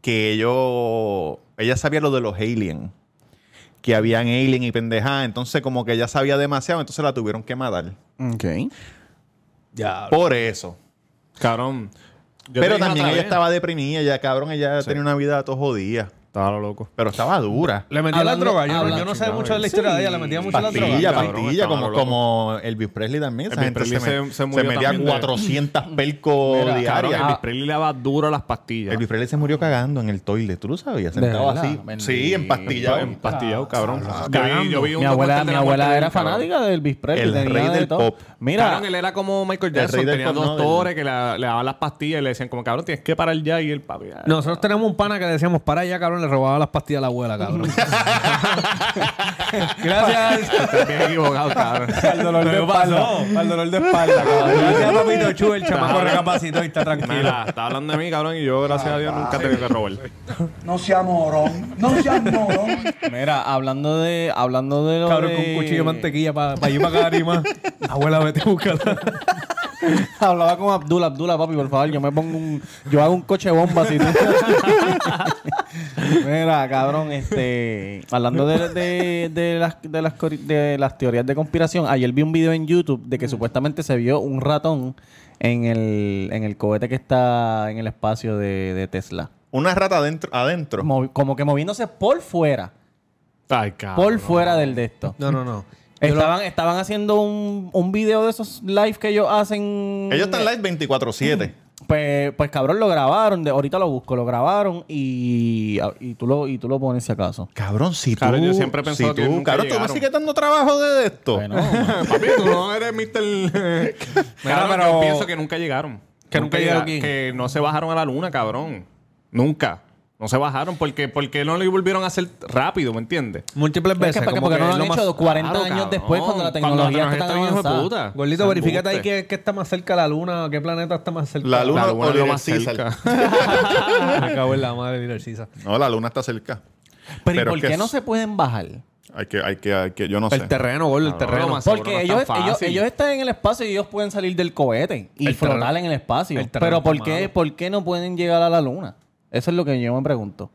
A: que ellos, ella sabía lo de los aliens, que habían alien y pendejadas, entonces como que ella sabía demasiado, entonces la tuvieron que matar.
B: Ok.
D: Ya.
A: Por eso.
C: Cabrón. Yo te
A: Pero
C: dije la
A: también
C: otra
A: ella
C: vez.
A: estaba deprimida, ya cabrón, ella tenía una vida todo jodida.
C: Estaba lo loco.
A: Pero estaba dura.
G: Le metía la
B: Hablando-
G: droga. Yo, no-
B: hablando-
G: yo no sé mucho de la historia de ella. Le metía mucho la droga.
A: Pastilla,
C: cabrón,
A: pastilla,
C: estaba
A: como,
C: loco.
A: como Elvis Presley también. Esa
C: Elvis
A: gente
C: Presley
A: se, me-
C: se- se
A: se
C: murió
A: metía
C: también de- Mm.
A: 400 pelcos
C: Cabrón,
A: diarias.
B: Ah.
C: Elvis Presley le daba duro a las pastillas.
A: Elvis Presley se murió cagando en el toilet. ¿Tú lo sabías? Sentado
B: verdad?
A: así.
B: Bendito.
A: Sí, empastillado.
C: Pastillado, cabrón. Yo vi- yo vi un
B: Mi abuela,
C: documental de
B: mi
C: la muerte
B: abuela
C: de él,
B: era
C: cabrón.
B: fanática del Elvis Presley.
A: El
B: tenía
A: rey
B: de
A: del
B: todo.
A: pop.
B: Mira,
C: Cabrón, él era como Michael
A: El rey
C: Jackson.
A: del
C: Tenía
A: pop,
C: dos
A: no, del-
C: doctores que la- le daban las pastillas y le decían como, cabrón, tienes que parar ya. Y el papi... ah,
G: Nosotros tenemos un pana que le decíamos, para allá, cabrón, le robaba las pastillas a la abuela, [LAUGHS] cabrón. Gracias.
C: [LAUGHS] Estás bien equivocado, cabrón.
D: Al dolor de espalda. Al dolor de
G: [LAUGHS]
D: espalda, cabrón. Gracias a Papito Chu, el chamaco recapacitó y está tranquilo.
C: Mira, está hablando de mí, cabrón, y yo, gracias a Dios, nunca he tenido que robar.
H: No seas morón, no seas morón.
B: mira, hablando de, hablando de lo
G: Cabrón,
B: de-
G: con un cuchillo de mantequilla para pa ir para acá más. Abuela, vete a buscarla.
B: [LAUGHS] Hablaba con Abdul, Abdullah, papi, por favor, yo me pongo un. Yo hago un coche bomba si tú. [LAUGHS] Mira, cabrón, este. Hablando de, de, de las, de, las, cori- de las teorías de conspiración, ayer vi un video en YouTube
A: Mm.
B: de que supuestamente se vio un ratón en el, en el cohete que está en el espacio de, de Tesla.
A: Una rata adentro. adentro.
B: Movi- como que moviéndose por fuera.
C: Ay, cabrón.
B: Por fuera del de esto.
G: No, no, no.
B: Estaban, estaban haciendo un, un video de esos live que ellos hacen.
A: Ellos están live 24-7.
B: Pues, pues cabrón, lo grabaron. De, ahorita lo busco, lo grabaron y, y, tú, lo, y tú lo pones si acaso.
A: Cabrón, si tú.
C: Cabrón, yo siempre he
A: si
C: pensado que
A: tú-
C: nunca
A: Cabrón, tú me
C: llegaron.
A: sigues dando trabajo de esto.
B: Bueno, mano.
A: [LAUGHS]
C: Papi, tú no eres
A: eh.
C: Mr. Cabrón,
D: pero-
C: yo pienso que nunca llegaron.
D: ¿Que nunca llegaron quién?
C: llega- Que no se bajaron a la luna, cabrón. Nunca. No se bajaron porque, porque no lo volvieron a hacer rápido, ¿me entiendes?
G: Múltiples
B: Es que
D: pues,
G: veces.
B: para qué,
G: como
B: porque
G: que
B: no
G: es
B: lo han
G: más-
B: hecho 40
C: Claro,
B: años
C: cabrón.
B: después cuando la tecnología está tan
C: está bien hijo de
B: avanzada.
C: puta.
G: Gordito,
C: Embuste.
G: verificate ahí qué, qué está más cerca a la luna, qué planeta está más cerca. [LAUGHS]
A: La luna,
C: La luna es lo
A: o
C: más
A: Little
C: cerca.
A: Caesar.
G: Me cago en la madre de Narcisa.
A: No, la luna está cerca.
B: Pero, ¿y
A: Pero
B: por
A: que
B: qué
A: es-
B: no se pueden bajar?
A: Hay que, hay que, hay que, yo no sé.
G: El terreno, gordo, el
C: No,
G: terreno.
C: lo más seguro
B: Porque
C: no es
B: ellos,
C: tan
B: ellos,
C: fácil.
B: ellos están en el espacio y ellos pueden salir del cohete y
G: El terreno-
B: flotar en el espacio.
G: el terreno
B: pero
G: está
B: ¿por qué,
G: malo.
B: ¿por qué no pueden llegar a la luna? Eso es lo que yo me pregunto.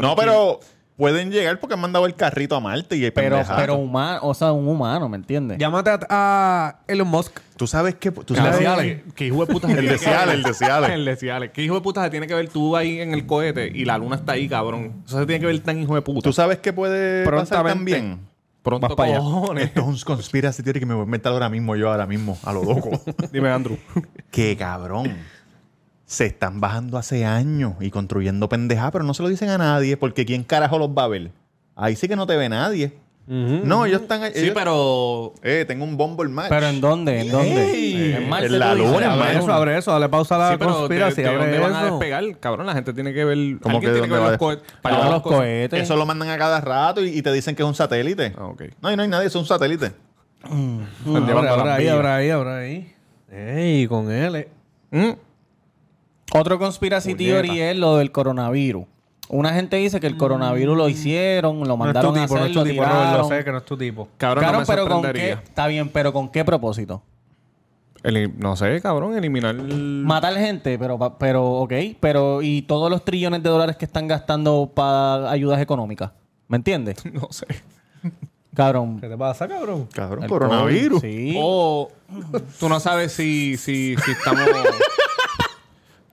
A: no, pero pueden llegar porque han mandado el carrito a Marte y hay
B: Pero,
A: pendejadas.
B: pero humano, o sea, un humano, ¿me entiendes?
G: Llámate a, a Elon Musk.
A: Tú sabes que. Tú
C: El de
A: sabes
C: Ciales. ¿Qué hijo de puta se
A: El
C: tiene
A: de
C: que ver?
A: Ciales, el de Ciales.
C: El de Ciales. ¿Qué hijo de puta se tiene que ver tú ahí en el cohete y la luna está ahí, cabrón? Eso se tiene que ver tan hijo de puta.
A: ¿Tú sabes qué puede pasar
C: Prontamente.
A: también?
C: Pronto
G: Vas para allá.
C: cojones.
A: Esto es un conspiracy theory que me voy a inventar ahora mismo, yo ahora mismo, a lo [LAUGHS] loco.
C: Dime, Andrew.
A: ¡Qué cabrón! Se están bajando hace años y construyendo pendejadas, pero no se lo dicen a nadie porque ¿quién carajo los va a ver? Ahí sí que no te ve nadie. No, ellos están... ahí-
C: Sí,
A: ellos-
C: pero...
A: Eh, tengo un Bumble Match.
B: ¿Pero en dónde? ¿En dónde? En Marte.
A: En la
B: tú dices,
A: luna, en
B: la
A: Marte.
G: Eso, abre eso, dale pausa a la
C: Sí, pero de,
G: conspiración.
C: de dónde
G: abre
C: van a
G: eso.
C: despegar, cabrón. La gente tiene que ver...
A: ¿Cómo
C: ¿Cómo
A: que
C: que tiene que
A: dónde va
C: ver
A: Ah,
C: los
A: a-
C: cohetes.
B: Para
C: allá
B: los cohetes.
A: Eso lo mandan a cada rato y, y te dicen que es un satélite.
C: Ah, ok.
A: No, y no hay nadie, es un satélite.
C: Están llevando
G: Ahora,
C: las
G: ahora Mm. ahí,
C: vías.
G: ahora ahí, ahora ahí. Ey, con él. eh.
C: Mm.
B: Otro conspiracy
C: Puñeta.
B: theory es lo del coronavirus. Una gente dice que el coronavirus lo hicieron,
G: No
B: lo
G: es tu
B: mandaron a
G: tipo, no
B: hacer,
G: es tu
B: lo
G: tipo, Robert, lo
B: tiraron.
G: sé que no es tu tipo.
C: Cabrón,
B: Claro,
C: no me
B: pero con qué,
C: sorprendería.
B: está bien, pero con qué propósito.
C: Eli- no sé, cabrón, eliminar... [LAUGHS] el-
B: Matar gente, pero, pa- pero, ok, pero y todos los trillones de dólares que están gastando para ayudas económicas, ¿me entiendes?
C: No sé.
B: Cabrón.
G: ¿Qué te pasa, cabrón?
A: Cabrón,
B: El
A: coronavirus.
B: COVID, sí.
C: O tú no sabes si, si, si estamos...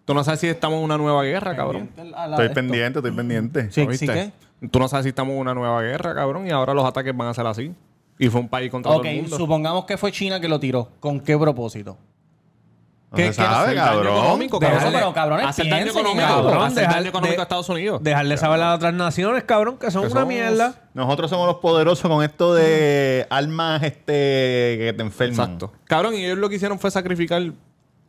C: tú no sabes si estamos en una nueva guerra, cabrón.
B: A la-
A: Estoy
B: esto.
A: pendiente, estoy pendiente.
B: Sí, sí,
C: ¿Oíste?
B: ¿qué?
C: Tú no sabes si estamos en una nueva guerra, cabrón, y ahora los ataques van a ser así. Y fue un país contra
B: Ok,
C: todo el mundo.
B: supongamos que fue China que lo tiró. ¿con qué propósito?
A: No
C: ¿Qué-
A: se
C: qué
A: sabe,
C: hacer daño
A: cabrón?
C: económico,
B: Dejarle-
C: cabrón?
B: pero, cabrones,
C: hacer daño
B: piensen,
C: económico,
B: cabrón,
C: cabrón, hacer
G: dejar-
C: daño económico
G: de-
C: a Estados Unidos.
G: Dejarle saber a las otras naciones, cabrón, que son
C: Que
G: una
C: somos-
G: mierda.
A: Nosotros somos los poderosos con esto
C: Mm.
A: de almas este, que te enferman.
C: Exacto. Cabrón, y ellos lo que hicieron fue sacrificar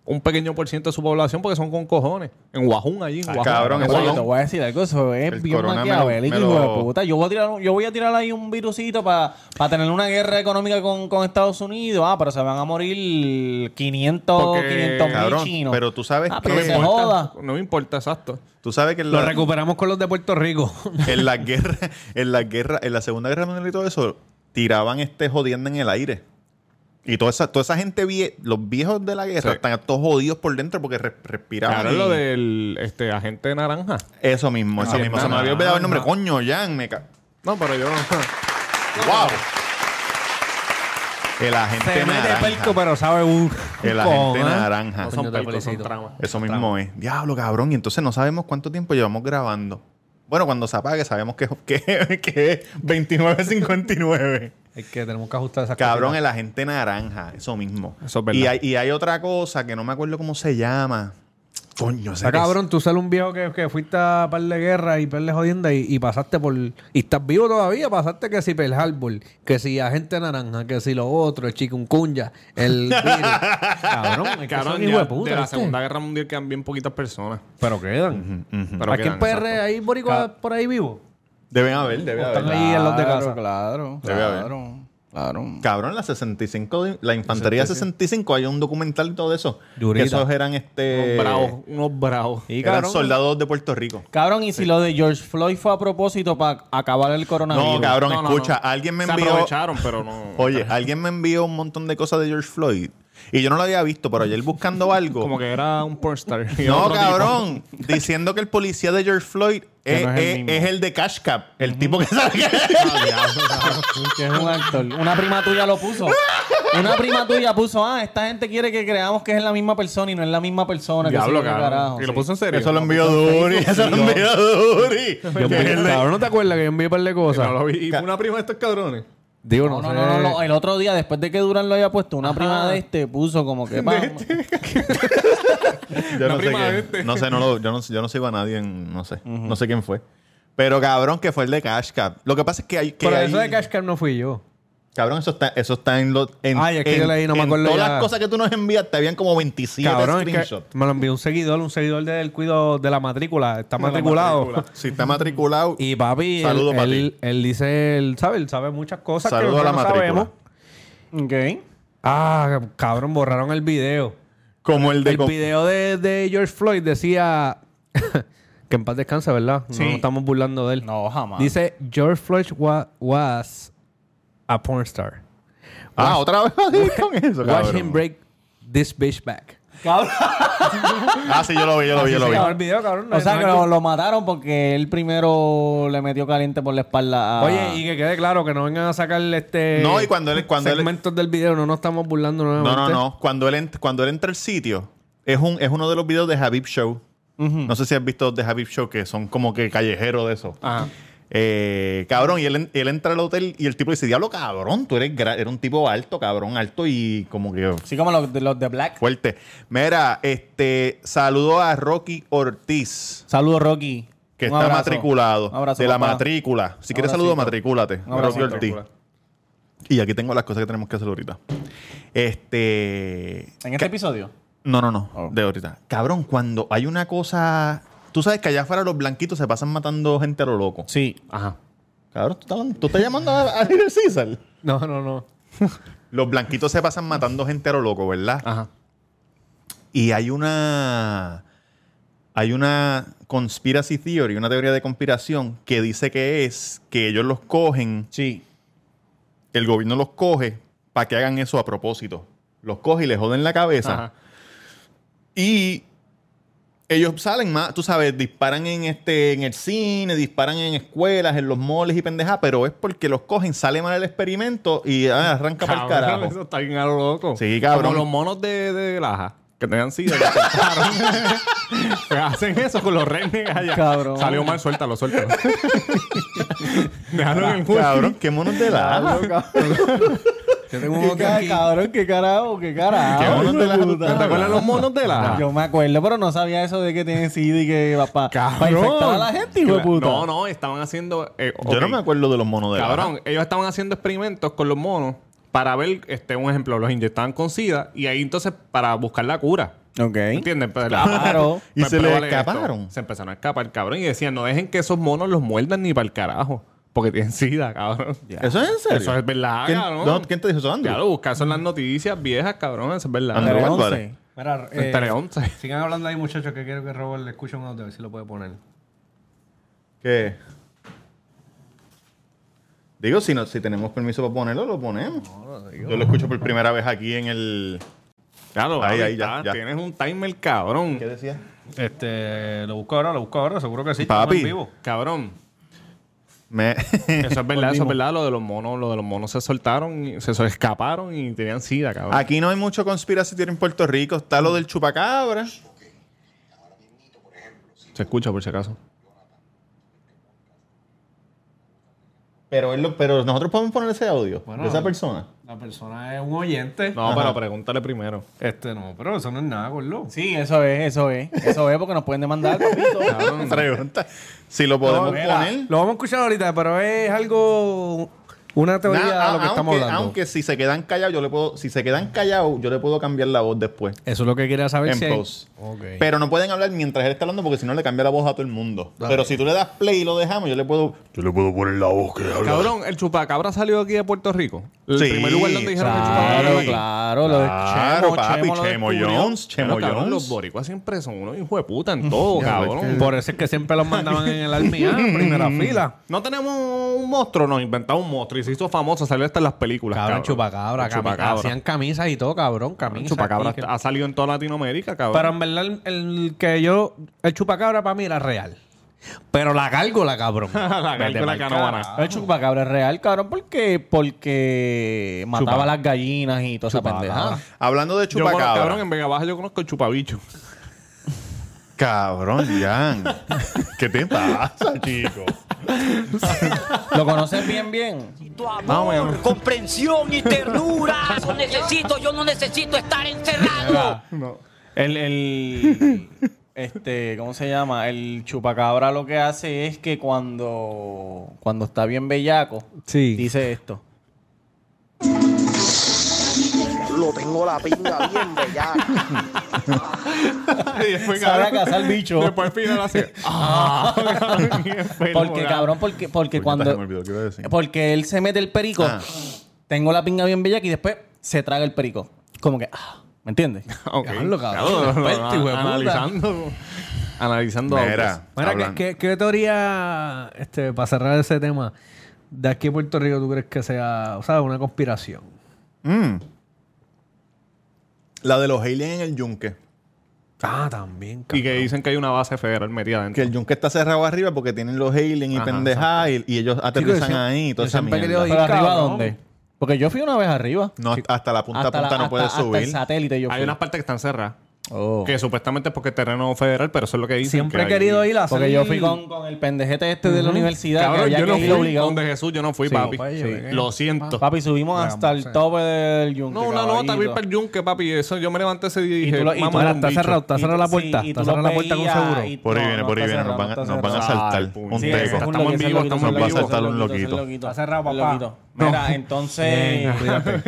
C: un pequeño por ciento de su población porque son con cojones. En Guajún allí. En Guajún.
A: cabrón,
C: En
A: eso
B: Oye,
C: Guajún.
A: no.
B: te voy a decir algo, eso es
A: El
B: bien
A: corona me lo-
B: maquiavélico,
A: me lo-
B: hijo de puta. Yo voy a tirar, un- yo voy a tirar ahí un virusito para tener una guerra económica con, con Estados Unidos. Ah, pero se van a morir 500
C: Porque,
B: 500 mil
A: cabrón,
B: chinos.
A: pero tú sabes
B: Ah,
A: que-
B: pero que se
C: No importa,
B: joda.
C: No me importa, exacto.
A: Tú sabes que en
D: Lo
A: la-
D: recuperamos con los de Puerto Rico. [LAUGHS]
A: en la guerra, en la guerra, en la Segunda Guerra Mundial y todo eso, tiraban este jodiendo en el aire. Y toda esa, toda esa gente, vie- los viejos de la guerra,
C: Sí.
A: están todos jodidos por dentro porque res- respiraban.
C: Ahora
A: y-
C: lo del este, agente naranja.
A: Eso mismo, eso
C: Ah,
A: mismo. Se me
C: Vietnam.
A: había olvidado el nombre.
C: Ah.
A: Coño, Jan, me ca-
C: No, pero [LAUGHS] yo no.
A: ¡Wow! El agente
D: Se mete
A: naranja.
D: perco, pero sabe un.
A: el
D: cojón,
A: agente
D: ¿eh?
A: naranja.
C: No son
D: Coño, te
C: pelcos, son
D: felicito.
C: tramas.
A: Eso mismo es. Diablo, cabrón. Y entonces no sabemos cuánto tiempo llevamos grabando. Bueno, cuando se apague sabemos que, que, que es 29.59.
D: Es que tenemos que ajustar esas
A: Cabrón,
D: cositas.
A: el agente naranja, eso mismo.
C: Eso es verdad.
A: Y hay, y hay otra cosa que no me acuerdo cómo se llama. Coño, ese
D: Está cabrón, tú sales un viejo que, que fuiste a par de guerra y perle jodienda y, y pasaste por. Y estás vivo todavía, pasaste que si Pearl Harbor, que si Agente Naranja, que si lo otro, el Chikungunya,
C: [LAUGHS]
D: el virus. cabrón, es que
C: Cabrón,
D: son hijo
C: ya
D: de puta.
C: de la
D: ¿viste?
C: Segunda Guerra Mundial quedan bien poquitas personas.
D: Pero quedan.
C: Pero
D: Aquí en
C: quedan,
D: PR
C: exacto.
D: hay boricuas por ahí vivo.
A: Deben haber, debe
D: O están
A: haber.
D: ahí en los de casa.
B: Claro,
A: Debe haber.
B: claro, claro.
A: Cabrón, la 65, de- la infantería 65, hay un documental y todo eso.
D: Durita.
A: Que esos eran este.
D: eh,
C: Unos bravos, unos bravos.
B: Y
A: eran
B: cabrón,
A: soldados de Puerto Rico.
B: cabrón, y si lo de George Floyd fue a propósito para acabar el coronavirus.
A: No, cabrón,
C: No, no,
A: escucha,
C: no.
A: alguien me
C: Se
A: envió.
C: aprovecharon,
A: [LAUGHS]
C: pero no.
A: Oye, alguien me envió un montón de cosas de George Floyd. Y yo no lo había visto, pero ayer buscando
C: [LAUGHS]
A: algo.
C: Como que era un pornstar. [LAUGHS] y
A: No,
C: otro tipo.
A: cabrón. Diciendo que el policía de George Floyd es,
C: no es el
A: es-
C: mismo. Ah,
A: es el de Cash Cap. El tipo que sale.
B: Que es un actor. Una prima tuya lo puso. Una prima tuya puso, ah, esta gente quiere que creamos que es la misma persona y no es la misma persona. que
C: Diablo,
B: sé yo qué
C: cabrón.
B: carajo.
C: Y lo puso en
A: [LAUGHS]
C: serio.
A: Eso lo envió Duri. Eso lo envió Duri.
D: Yo envié- cabrón, ¿no te acuerdas que yo envié un par de cosas?
C: No lo vi. Y fue una prima de estos cabrones.
D: Digo,
B: No,
D: no,
B: no,
D: sé.
B: no, no, no. El otro día, después de que Durán lo haya puesto, una prima de este puso como que... pa-
A: Yo
C: La
A: no sé,
C: prima de
A: quién-
C: este.
A: no sé, no lo- yo, no, yo no sigo a nadie. en- no sé. No sé quién fue. Pero cabrón, que fue el de Cash Cap. Lo que pasa es que hay. Que
D: Pero
A: hay-
D: eso de Cash Card no fui yo.
A: Cabrón, eso está, eso está en los. En,
D: Ay, es que
A: en-
D: yo leí, no me
A: en
D: acuerdo
A: Todas
D: ya.
A: las cosas que tú nos enviaste habían como 27
D: Cabrón, es que
A: screenshots.
D: me lo envió un seguidor, un seguidor del cuido de la matrícula. Está
C: la
D: matriculado.
C: matrícula.
A: Si está matriculado.
D: Y papi,
A: Saludo
D: él,
A: pa'
D: él, él dice, él sabe, él sabe muchas cosas que
A: Saludo a la
D: nosotros no
A: matrícula.
D: sabemos.
B: Ok.
D: Ah, cabrón, borraron el video.
A: como el de.
D: El
A: co-
D: video de, de George Floyd decía [LAUGHS] que en paz descanse, ¿verdad? No nos estamos burlando de él.
B: No, jamás.
D: Dice George Floyd wa- was a porn star.
A: ah, otra vez [LAUGHS] con eso,
D: Watch
A: cabrón.
D: him break this bitch back.
B: Cabrón.
A: Ah, sí, yo lo vi, yo lo vi, yo lo vi.
D: Acabó el video, cabrón.
B: O sea, que
D: No-
B: lo, lo mataron porque él primero le metió caliente por la espalda a...
D: Oye, y que quede claro que no vengan a sacar este
A: No, y cuando él- cuando él-
D: segmentos del video, no nos estamos burlando nuevamente.
A: No, no, no. Cuando él, ent- cuando él entra al sitio, es, un, es uno de los videos de Habib Show. No sé si has visto de Habib Show, que son como que callejeros de eso.
C: Ajá.
A: Eh, cabrón, y él, en- él entra al hotel y el tipo dice, diablo, cabrón, tú eres, gra- eres un tipo alto, cabrón, alto y como que
B: Así como los, de- los de Black.
A: fuerte. Mira, este, saludo a Rocky Ortiz,
B: Saludos, Rocky.
A: que
B: Un
A: está
B: abrazo.
A: matriculado.
B: Un abrazo,
A: de la
B: papá.
A: matrícula. Si
B: Un
A: quieres saludo,
B: abracito.
A: matricúlate.
B: Un abracito.
A: Rocky Ortiz. Y aquí tengo las cosas que tenemos que hacer ahorita. Este...
B: En este episodio.
A: No, no, no. De ahorita. Cabrón, cuando hay una cosa. Tú sabes que allá afuera los blanquitos se pasan matando gente a lo loco.
B: Sí.
C: Ajá.
A: Cabrón, tú estás, tú estás llamando a, a Little Caesar.
D: [LAUGHS] No, no, no.
A: Los blanquitos se pasan matando gente a lo loco, ¿verdad?
C: Ajá.
A: Y hay una. Hay una conspiracy theory, una teoría de conspiración que dice que es que ellos los cogen,
B: Sí.
A: el gobierno los coge para que hagan eso a propósito. Los coge y les joden la cabeza.
C: Ajá.
A: Y ellos salen más, tú sabes, disparan en este, en el cine, disparan en escuelas, en los moles y pendejadas, pero es porque los cogen, sale mal el experimento y ah, arranca para el
C: Cabrón,
A: carajo.
C: Eso está bien a lo loco.
A: Sí, cabrón.
C: Como los monos de, de Laja. Que tenían sida. que cortaron. [LAUGHS] Que Pues hacen eso con los renes allá.
B: Cabrón.
C: Salió mal,
A: [LAUGHS]
C: suéltalo, suéltalo. Déjalo en el juego.
A: Cabrón, qué monos de la
D: Yo tengo
B: ¿Qué,
D: uno que
B: ca-
D: aquí.
B: cabrón, qué carajo, qué carajo.
A: Qué monos de
C: ¿Te acuerdas los monos de Laja?
B: Yo me acuerdo, pero no sabía eso de que tiene SIDA y que va pa-
C: Cabrón.
B: pa infectar a la gente, hijo de puta.
C: No, no, estaban haciendo. eh,
A: Yo no
C: ok.
A: me acuerdo de los monos de la
C: Cabrón, ellos estaban haciendo experimentos con los monos para ver, este, un ejemplo, los inyectaban con SIDA y ahí entonces para buscar la cura.
B: Ok.
C: ¿Entiendes? Pero-
B: Claro.
A: Y se le
C: prevale esto.
A: escaparon.
C: Se empezaron a escapar, cabrón. Y decían, no dejen que esos monos los muerdan ni para el carajo. Porque tienen sida, cabrón.
A: ¿Eso es en serio?
C: Eso es verdad,
A: ¿Quién,
C: cabrón.
A: no, ¿Quién te dijo eso, Andrew?
C: Ya lo buscas en las noticias viejas, cabrón. Eso es verdad.
A: Andrew
B: Tele
A: Álvarez.
B: once.
D: Mira, eh,
C: En
A: [LAUGHS]
C: Tele once.
D: sigan hablando ahí, muchachos, que quiero que Robert le escuche un audio, a ver si lo puede poner.
A: ¿Qué? Digo, si, no, si tenemos permiso para ponerlo, lo ponemos. Yo lo escucho por primera vez aquí en el...
C: Claro,
A: Ahí,
C: ahí,
A: ahí, ya,
C: está.
A: ya.
C: Tienes un timer, cabrón.
A: ¿Qué decía?
D: Este, lo busco ahora, lo busco ahora, seguro que sí.
A: estamos Papi. en
D: vivo.
A: vivo. [LAUGHS]
C: Cabrón.
A: Me... [LAUGHS]
C: Eso es verdad, eso es verdad. Lo de los monos, lo de los monos se soltaron, y- se, se escaparon y tenían sida, cabrón.
A: aquí no hay mucho conspiracy theory en Puerto Rico. Está lo del chupacabra.
C: Se escucha por si acaso.
A: Pero, él lo- pero nosotros podemos poner ese audio de esa persona.
D: La persona es un oyente.
C: No, pero pregúntale primero.
D: Este no, pero eso no es nada, gordo.
B: Sí, eso es, eso es. Eso es porque nos
D: [LAUGHS]
B: pueden demandar, papito.
A: [LAUGHS] Pregunta. Si lo podemos
D: Mira,
A: poner.
D: Lo vamos a escuchar ahorita, pero es algo. Una teoría
A: Nah,
D: de lo que
A: aunque,
D: estamos hablando.
A: aunque si se quedan callados, yo le puedo, si se quedan callados, yo le puedo cambiar la voz después.
D: Eso es lo que quería saber.
A: en
D: si hay-
A: post.
D: Ok.
A: Pero no pueden hablar mientras él está hablando porque si no le cambia la voz a todo el mundo. Pero si tú le das play y lo dejamos, yo le puedo. Yo le puedo poner la voz que habla.
C: Cabrón, el chupacabra salió aquí de Puerto Rico. El
A: Sí,
C: primer lugar donde dijeron que el chupacabra
B: Claro,
C: aquí.
B: claro. Lo de
A: Claro,
B: Chemo,
A: papi,
B: Chemo lo
A: Chemo
B: descubrió.
A: Jones, Chemo
C: Pero, cabrón, los
A: Jones.
C: boricuas siempre son unos hijos de puta en todo, cabrón.
D: Por eso es que siempre los mandaban en el army, ah, en
B: [LAUGHS]
D: primera fila.
C: No tenemos un monstruo, nos inventamos un monstruo y se hizo famoso, salió hasta en las películas.
G: Cabrón, chupacabra,
C: El
G: cami- Hacían camisas y todo, cabrón. Camisas.
C: Chupacabra
G: aquí, que-
C: ha salido en toda Latinoamérica, cabrón.
G: Pero en verdad, el, el que yo. El chupacabra para mí era real. Pero la gárgola,
B: [LAUGHS]
G: cabrón.
C: la película
G: pa'l
C: canóvana.
B: El chupacabra es real, cabrón, porque, porque mataba las gallinas y toda esa pendejada.
A: Hablando de
C: Yo conozco,
A: chupacabra.
C: cabrón, en Vega Baja yo conozco el chupabicho.
A: Cabrón, Jan. ¿Qué te pasa, chico?
B: ¿Lo conoces bien, bien?
I: Tu amor, comprensión y ternura. Eso necesito, yo no necesito estar encerrado.
B: El, el- este, ¿cómo se llama? El chupacabra lo que hace es que cuando, cuando está bien bellaco,
D: Sí.
B: dice esto.
F: Lo tengo la pinga bien
C: [LAUGHS]
F: bellaca.
A: [LAUGHS]
C: y después,
B: Sale a cazar el bicho.
C: Después al final hace. ¡Ah! cabrón, bien enfermo,
B: Porque, cabrón, porque, porque
A: Puñeta, se me
B: cuando.
A: olvidó qué iba a decir.
B: Porque él se mete el perico,
A: Ah.
B: tengo la pinga bien bellaca y después se traga el perico. Como que, ah, ¿me entiendes?
C: Ok.
G: Diablo, cabrón,
C: Cabrón,
G: experto, hijo de puta.
C: Analizando. Analizando. audios.
A: Mira,
D: Mira, ¿qué,
A: hablando-
D: qué, qué teoría, este, para cerrar ese tema, de aquí a Puerto Rico tú crees que sea, o sea, una conspiración?
A: Mm. La de los aliens en el yunque.
D: Ah, también,
C: Y que
D: cabrón.
C: dicen que hay una base federal metida
A: Que
C: dentro.
A: el yunque está cerrado arriba porque tienen los aliens y
C: Ajá,
A: pendejadas y, y ellos aterrizan
D: yo siem-
A: ahí y toda
D: yo
A: esa
D: siempre he querido
A: mierda.
D: Sí,
B: ¿Pero arriba
D: cabrón.
B: dónde? Porque yo fui una vez arriba.
A: No, hasta la punta a
B: Hasta
A: punta
B: la-
A: no puedes
B: hasta- hasta
A: subir.
B: el satélite yo
C: Hay
B: fui.
C: unas partes que están cerradas.
B: Oh.
C: Que supuestamente es porque es terreno federal, pero eso es lo que dicen.
D: Siempre he
C: que
D: querido
C: hay-
D: ir a
B: Porque
D: hacer-
B: yo fui con, con el pendejete este de la universidad.
C: Cabrón,
B: que había
C: yo no
B: que ir
C: fui.
B: obligado.
C: Donde Jesús, yo no fui,
D: Sí,
C: papi.
D: papá, yo
C: Sí.
D: llegué.
C: Lo siento.
B: Papi, subimos hasta el tope del yunque.
C: No, una
B: caballito.
C: nota, vi para el yunque, papi. Eso yo me levanté ese día y
B: Y
C: dije,
B: tú lo- y tú
C: mamá,
B: lo-
C: era un
D: está
C: bicho.
D: cerrado, está
B: Y-
D: cerrada la
B: sí,
D: puerta,
B: y
D: está
B: tú lo
D: cerrada la puerta con
B: veías
D: seguro.
B: y-
A: Por ahí
B: no,
A: viene,
B: no
A: por ahí
B: está
A: viene. Nos van, a-
B: cerrado,
A: nos
B: no está
A: van a
B: cerrado.
A: saltar
C: Ay, puñeta.
A: un
B: Sí,
A: teco.
B: ese es un
C: Estamos en
B: loquito,
C: vivo,
B: ese es
C: estamos en
B: loquito,
C: vivo.
B: ese es
A: Nos va a saltar un loquito.
B: ese es
D: Está cerrado,
B: El
D: papá.
B: loquito. Mira, [LAUGHS] entonces...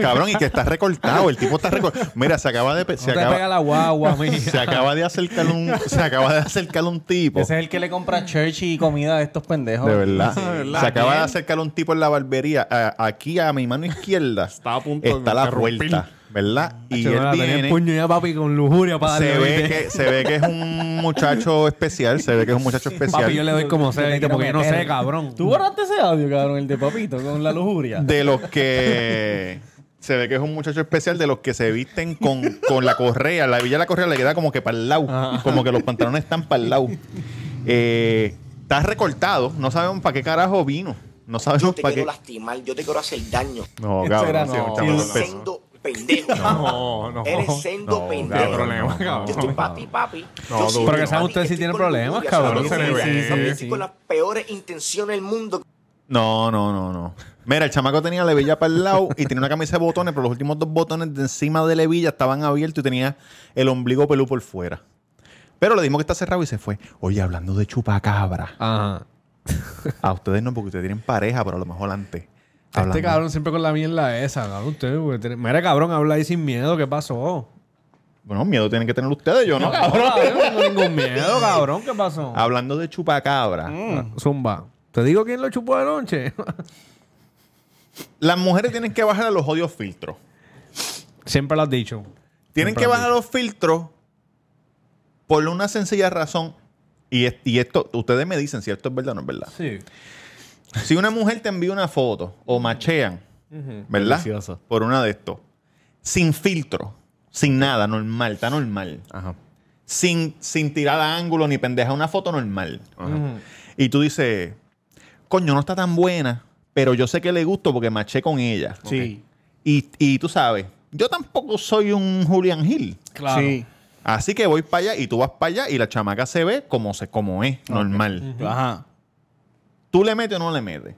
A: Cabrón, y que está recortado. El tipo está
B: [LAUGHS]
A: recortado. Mira, se acaba de... pe- se
D: No te
A: acaba-
D: pega la guagua, mija.
A: [LAUGHS] Se acaba de acercar un, se acaba de acercar un tipo.
B: Ese es el que le compra Churchy y comida a estos pendejos.
A: De
B: [LAUGHS]
A: verdad.
C: Sí, de verdad.
A: Se acaba de
C: ¿Quién?
A: acercar un tipo en la barbería. A- aquí a mi mano izquierda
C: Estaba a punto de
A: está la
C: interrumpir.
A: puerta, ¿verdad? Y
D: Se
A: él
D: va a tener
A: viene.
D: puño ya, papi, con lujuria para
A: Se
D: darle,
A: ve,
D: ¿viste?
A: que, se ve que es un muchacho especial. Se ve que es un muchacho especial.
D: Papi, yo le doy como
B: Yo
D: sea,
B: te
D: ¿viste?
B: quiero
D: porque yo no
B: meter.
D: sé, cabrón.
B: ¿Tú borraste ese audio, cabrón? El de papito con la lujuria.
A: de los que se ve que es un muchacho especial de los que se visten con, con la correa. La villa de la correa le queda como que para el lado. Como que los pantalones están para el lado. Eh, está recortado. No sabemos para qué carajo vino. No
F: Yo
A: sabemos
F: te
A: para qué.
F: quiero lastimar, yo te quiero hacer daño.
A: No,
B: Ese era-
A: Oh, cabrón. sí,
B: no,
A: chamo,
F: Eres
A: no, no.
F: sendo pendejo.
C: [LAUGHS] No, no.
F: Eres sendo
A: No,
C: Qué
A: cabrón,
F: pendejo.
C: problema,
F: Yo estoy
C: cabrón.
F: para ti, papi.
C: No,
F: Yo
C: duro.
F: soy
D: Pero que
F: tu
D: saben
F: papi,
D: ustedes si
F: estoy
D: tienen
F: con
D: problemas,
F: orgullo,
D: cabrón.
F: ¿sabes lo que
C: Sí,
F: yo
C: sí,
F: soy?
C: sí,
F: Yo estoy con las peores intenciones del mundo.
A: No, no, no, no. Mira, el chamaco tenía la hebilla para el lado y tenía una camisa de botones, pero los últimos dos botones de encima de la hebilla estaban abiertos y tenía el ombligo pelú por fuera. Pero le dimos que está cerrado y se fue. Oye, hablando de chupacabra.
D: Ajá.
A: A ustedes no, porque ustedes tienen pareja, pero a lo mejor antes. Hablando.
D: Este cabrón siempre con la mierda esa, cabrón. Usted, güey, tiene- Mira, cabrón, habla ahí sin miedo. ¿Qué pasó?
A: Bueno, miedo tienen que tener ustedes, yo no, cabrón.
G: Yo no tengo ningún [LAUGHS] miedo, cabrón. ¿Qué pasó?
A: Hablando de chupacabra,
G: Ah,
D: Mm.
G: Zumba. ¿Te digo quién lo chupó anoche? [LAUGHS]
A: las mujeres tienen que bajar a los odios filtros.
G: Siempre lo has dicho.
A: Tienen que bajar los filtros por una sencilla razón. Y, es- y esto, ustedes me dicen si esto es verdad o no es verdad.
D: Sí.
A: Si una mujer te envía una foto o machean, ¿verdad?
C: Delicioso.
A: Por una de estos. Sin filtro, sin nada, normal, está normal.
C: Ajá.
A: Sin, sin tirar a ángulo ni pendeja, una foto normal. Y tú dices, coño, no está tan buena, pero yo sé que le gusto porque maché con ella.
B: Sí.
A: Y, y tú sabes, yo tampoco soy un Julian Hill.
D: Claro.
B: Sí.
A: Así que voy para allá y tú vas para allá y la chamaca se ve como, se, como es, normal.
B: Ajá.
A: ¿Tú le metes o no le metes?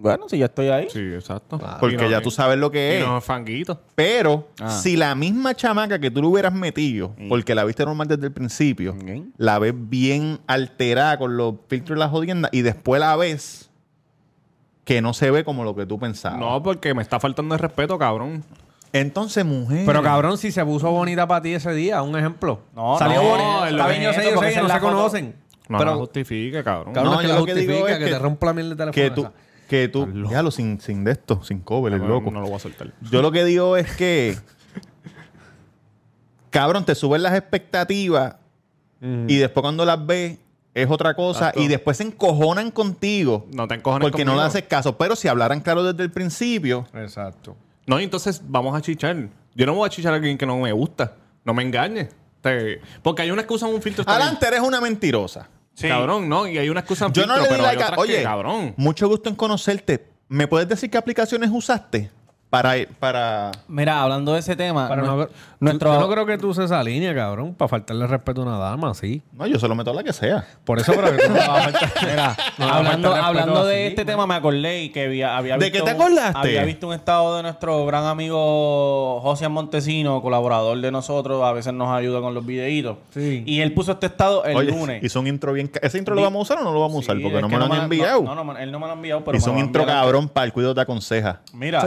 B: Bueno, si ya estoy ahí.
C: Sí, exacto.
A: Porque
C: Y no-
A: ya tú sabes lo
C: y
A: que es.
C: no fanguito.
A: Pero
B: Ah.
A: si la misma chamaca que tú le hubieras metido, porque la viste normal desde el principio,
B: Ok.
A: la ves bien alterada con los filtros y las jodiendas y después la ves que no se ve como lo que tú pensabas.
C: No, porque me está faltando el respeto, cabrón.
A: Entonces, mujer.
G: Pero cabrón, si se puso bonita para ti ese día, un ejemplo.
B: No,
G: Salió
B: no,
G: bonita.
B: es lo
G: Está bien, yo sé,
B: bonito,
G: yo
B: porque
G: sé,
B: esa
G: no
B: es
G: se
B: la foto.
G: conocen.
C: No
G: Pero-
C: la justifique, cabrón.
G: Cabrón,
A: No,
G: es que
A: yo
G: la
A: lo que digo
G: justifica,
A: es
G: que,
A: que-
G: te rompa la miel de teléfono.
A: que tú,
G: esa.
A: que tú, ya lo sin, sin de esto, sin cover, el
C: No,
A: loco.
C: No lo voy a soltar.
A: Yo lo que digo es
C: [LAUGHS]
A: que, cabrón, te suben las expectativas y después cuando las ves es otra cosa y después se encojonan contigo.
C: No te encojones
A: Porque no le
C: conmigo.
A: haces caso. Pero si hablaran claro desde el principio,
D: Exacto.
C: No, y entonces vamos a chichar. Yo no voy a chichar a alguien que no me gusta. No me engañes. Te- Porque hay unas que usan un filtro. está
A: adelante eres una mentirosa.
C: bien, Cabrón, ¿no? Y hay unas que usan
A: Yo no
C: filtro,
A: le di
C: pero hay
A: like a-
C: otras que,
A: Oye,
C: cabrón.
A: mucho gusto en conocerte. ¿Me puedes decir qué aplicaciones usaste para... para...
B: Mira, hablando de ese tema,
G: Pero
B: nue-
G: no,
B: Ah, nuestro,
G: yo no creo que tú uses esa línea, cabrón, para faltarle respeto a una dama, sí.
A: No, yo se lo meto a la que sea.
G: Por eso, pero que tú no vas a faltar. Mira, no vas a
B: hablando,
G: faltar respeto
B: hablando de
G: así,
B: este
G: man.
B: tema, me acordé y que había, había
A: ¿De
B: visto
A: qué te
B: un-
A: acordaste?
B: había visto un estado de nuestro gran amigo José Montesino, colaborador de nosotros, a veces nos ayuda con los videitos.
G: Sí.
B: Y él puso este estado el
A: Oye,
B: lunes.
A: hizo un intro bien... ca- ¿Ese intro lo
B: Di-
A: vamos a usar o no lo vamos a usar?
B: Sí,
A: Porque
B: es
A: no
B: que
A: me lo han enviado.
B: No, no, no, él no me lo ha enviado, pero
A: hizo
B: me
A: un
B: lo va a
A: intro
B: enviar.
A: cabrón para el cuidado te aconseja.
B: Mira,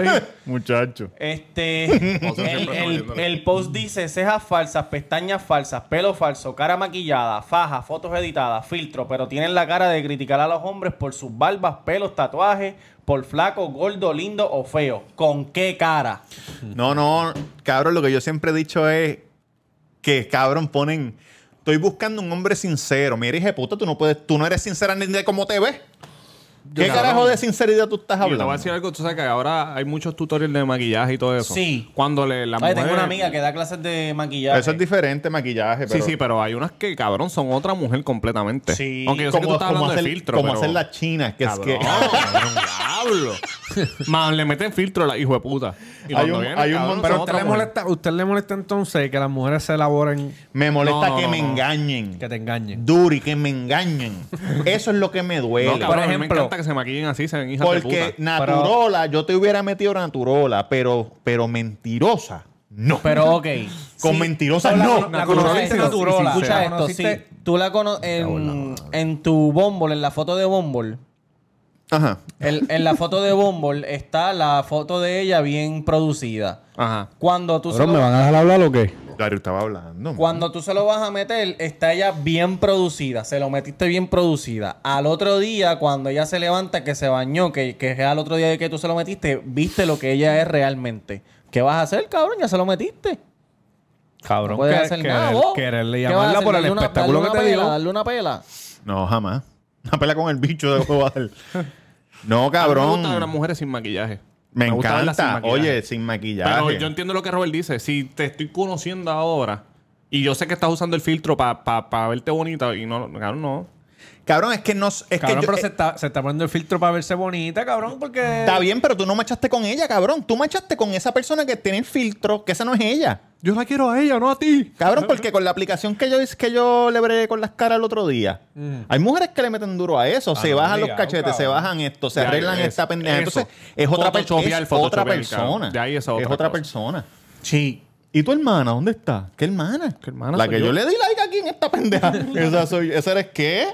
A: Muchacho.
B: Este,
C: [LAUGHS] siempre
B: el,
C: está
B: el-
C: metiéndole.
B: el post dice cejas falsas, pestañas falsas, pelo falso, cara maquillada, faja, fotos editadas, filtro, pero tienen la cara de criticar a los hombres por sus barbas, pelos, tatuajes, por flaco, gordo, lindo o feo. ¿Con qué cara?
A: No, no, cabrón, lo que yo siempre he dicho es que, cabrón, ponen. Estoy buscando un hombre sincero. Mira, hija de puta, tú no puedes, tú no eres sincera ni de cómo te ves. ¿Qué
C: cabrón.
A: carajo de sinceridad tú estás
C: Y yo te
A: hablando?
C: voy a decir algo, tú sabes que ahora hay muchos tutoriales de maquillaje y todo eso.
B: Sí.
C: Cuando le, la
B: Ay,
C: mujer...
B: tengo una amiga que da clases de maquillaje.
A: Eso es diferente, maquillaje,
C: Sí,
A: pero.
C: sí, pero hay unas que, cabrón, son otra mujer completamente.
B: Sí.
C: Aunque yo sé que tú
A: Como,
C: estás
A: como
C: hablando
A: hacer,
C: de filtro,
A: como
C: pero-
A: hacer las chinas, que
C: Cabrón,
A: es que.
C: cabrón, diablo. Más le meten filtro a la hijo de puta. Y
A: Hay
C: cuando
A: un-
C: vienen,
A: hay un
C: cabrón,
A: montón-
C: son
G: Pero usted
C: otra
G: le,
C: mujer.
G: molesta, usted le molesta entonces que las mujeres se elaboren,
A: [LAUGHS] Me molesta
C: No,
A: que
C: no,
A: me
C: no.
A: engañen.
G: que te engañen.
A: Duri, que me
C: [LAUGHS]
A: engañen. Eso es lo que me duele.
C: No, cabrón,
G: Por
C: a mí
G: ejemplo-
C: me encanta que se maquillen así, se ven hijas de
A: Porque
C: puta.
A: Naturola, yo te hubiera metido Naturola, pero, pero mentirosa, no.
B: Pero ok.
A: Con
C: [LAUGHS]
B: Sí.
A: mentirosas
B: la-
A: no.
B: la
G: Naturola,
B: conociste,
G: sí, sí,
B: Naturola.
G: sí, sí,
B: Escucha
G: sí.
B: esto,
G: Conociste-
B: sí. Tú la conoces en, en tu Bumble, en la foto de Bumble.
A: Ajá.
B: El- en la foto de Bumble está la foto de ella bien producida.
C: Ajá.
B: Cuando tú, se
G: Cabrón,
B: lo,
G: a dejar hablar o qué?
A: Dario estaba hablando.
B: cuando tú se lo vas a meter, está ella bien producida. Se lo metiste bien producida. Al otro día, cuando ella se levanta, que se bañó, que, que es al otro día de que tú se lo metiste, viste lo que ella es realmente. ¿Qué vas a hacer, cabrón? Ya se lo metiste.
G: Cabrón,
B: No puedes
G: que-
B: hacer
G: que-
B: nada, vos.
G: quererle
B: ¿Qué vas a
G: llamarla
B: hacer?
G: por el
B: Darle una-
G: espectáculo
B: darle
G: que
B: una
G: te
B: pela,
G: dio.
B: Darle una pela.
A: No, jamás. Una pela con el bicho de cómo va a
C: [LAUGHS]
A: hacer. No,
C: A mí Me
A: cabrón.
C: gustan las mujeres sin maquillaje.
A: Me
C: gusta verlas sin
A: encanta.
C: maquillaje.
A: Oye, sin maquillaje.
C: Pero yo entiendo lo que Robert dice. Si te estoy conociendo ahora y yo sé que estás usando el filtro para verte bonita y no, cabrón, no.
A: Cabrón, es que no. Es
G: Cabrón,
A: que yo-
G: pero
A: eh,
G: se, está, se está poniendo el filtro para verse bonita, cabrón, porque...
A: Está bien, pero tú no machaste con ella, cabrón. Tú machaste con esa persona que tiene el filtro, que esa no es ella.
C: Yo la quiero a ella, no a ti.
A: Cabrón, porque con la aplicación que yo que yo le bregué con las caras el otro día, hay mujeres que le meten duro a eso,
C: Ah,
A: se
G: no,
A: bajan los
G: obligado,
A: cachetes, se
G: cabrón.
A: bajan esto, se
C: Ya,
A: arreglan
C: es-
A: esta pendeja.
C: eso.
A: Entonces, es otra, per-
C: Photoshopear,
A: es
C: photoshopear,
A: otra
C: cabrón.
A: persona.
C: Ya ahí esa
A: es
C: otra
A: otra
C: cosa.
A: persona.
B: Sí.
A: ¿Y tu hermana? ¿Dónde está? ¿Qué hermana?
C: ¿Qué hermana
A: La
C: soy
A: que yo?
C: yo?
A: le di like aquí en esta
C: [LAUGHS]
A: pendeja. esa soy ¿Esa eres qué?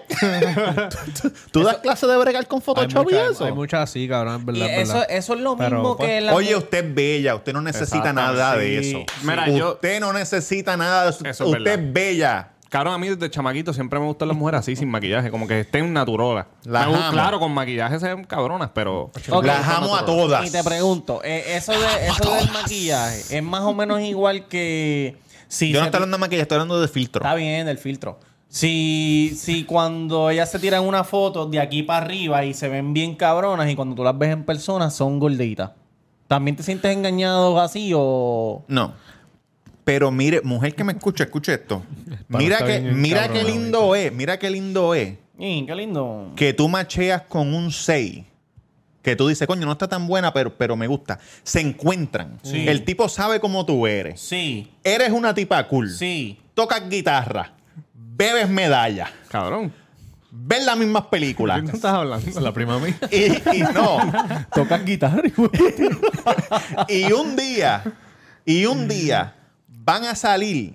A: ¿Tú, tú das clase de bregar con
G: Hay
A: Photoshop y
G: muchas
A: eso?
G: hay muchas así, cabrón, es
B: Y
G: verdad, es
B: eso,
G: verdad.
B: eso es lo
G: Pero,
B: mismo que
G: pues,
B: la...
A: Oye, usted es bella, usted no necesita
C: Exacto,
A: nada
C: sí,
A: de eso.
C: sí. Mira, yo-
A: usted no necesita nada de eso.
C: Eso es
A: usted
C: verdad.
A: es bella.
C: Cabrón, a mí desde chamaquito siempre me gustan las mujeres así, sin maquillaje, como que estén naturolas.
A: Las
C: Me gu-
A: amo.
C: Claro, con maquillaje se ven cabronas, pero...
B: Ok.
A: Las amo a todas.
B: Y te pregunto, eh, eso, de, eso del maquillaje es más o menos igual que... Si
A: yo no
B: se-
A: estoy hablando de maquillaje, estoy hablando de filtro.
B: Está bien, del filtro. Si, si cuando ellas se tiran una foto de aquí para arriba y se ven bien cabronas y cuando tú las ves en persona son gorditas. ¿También te sientes engañado así o...?
A: No. Pero mire, mujer que me escucha, escuche esto.
G: Para
A: Mira
G: estar
A: que,
G: bien
A: mira qué
G: encabronado.
A: lindo es, mira qué lindo es
B: Mm, ¡Qué lindo!
A: que tú macheas con un 6. Que tú dices, coño, no está tan buena, pero, pero me gusta. Se encuentran.
B: Sí.
A: El tipo sabe cómo tú eres.
B: Sí,
A: Eres una tipa cool.
B: sí.
A: Tocas guitarra. Bebes medallas.
C: Cabrón.
A: Ves las mismas películas.
B: [LAUGHS]
C: ¿De qué tú estás hablando? Ah, La prima mía.
A: y, y no.
B: Tocas guitarra y
A: [LAUGHS] Y un día, y un día van a salir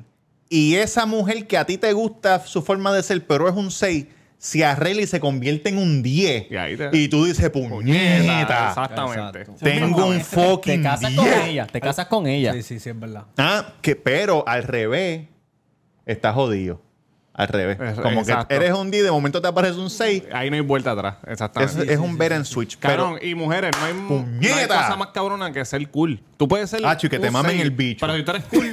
A: y esa mujer que a ti te gusta su forma de ser, pero es un 6, se arregla y se convierte en un 10.
C: Y ahí te-
A: Y tú dices, puñeta,
C: Exactamente.
A: tengo un
B: Te
A: fucking
B: casas con
A: 10.
B: ella, te casas con ella.
D: Sí, sí, sí, es verdad.
A: Ah, que, pero al revés, está jodido. Al revés.
C: Es-
A: Como
C: exacto.
A: que eres un 10 de momento te aparece un 6.
C: Ahí no hay vuelta atrás,
A: Es,
C: exactamente.
A: es un ver and switch.
C: Cabrón,
A: Pero
C: y mujeres, no hay, no hay
A: ¡Puñeta!
C: cosa más cabrona que ser cool. Tú puedes ser.
A: Ah, chico, que te
C: un
A: mamen
C: seis,
A: el bicho.
C: Pero si tú
A: [LAUGHS]
C: eres cool,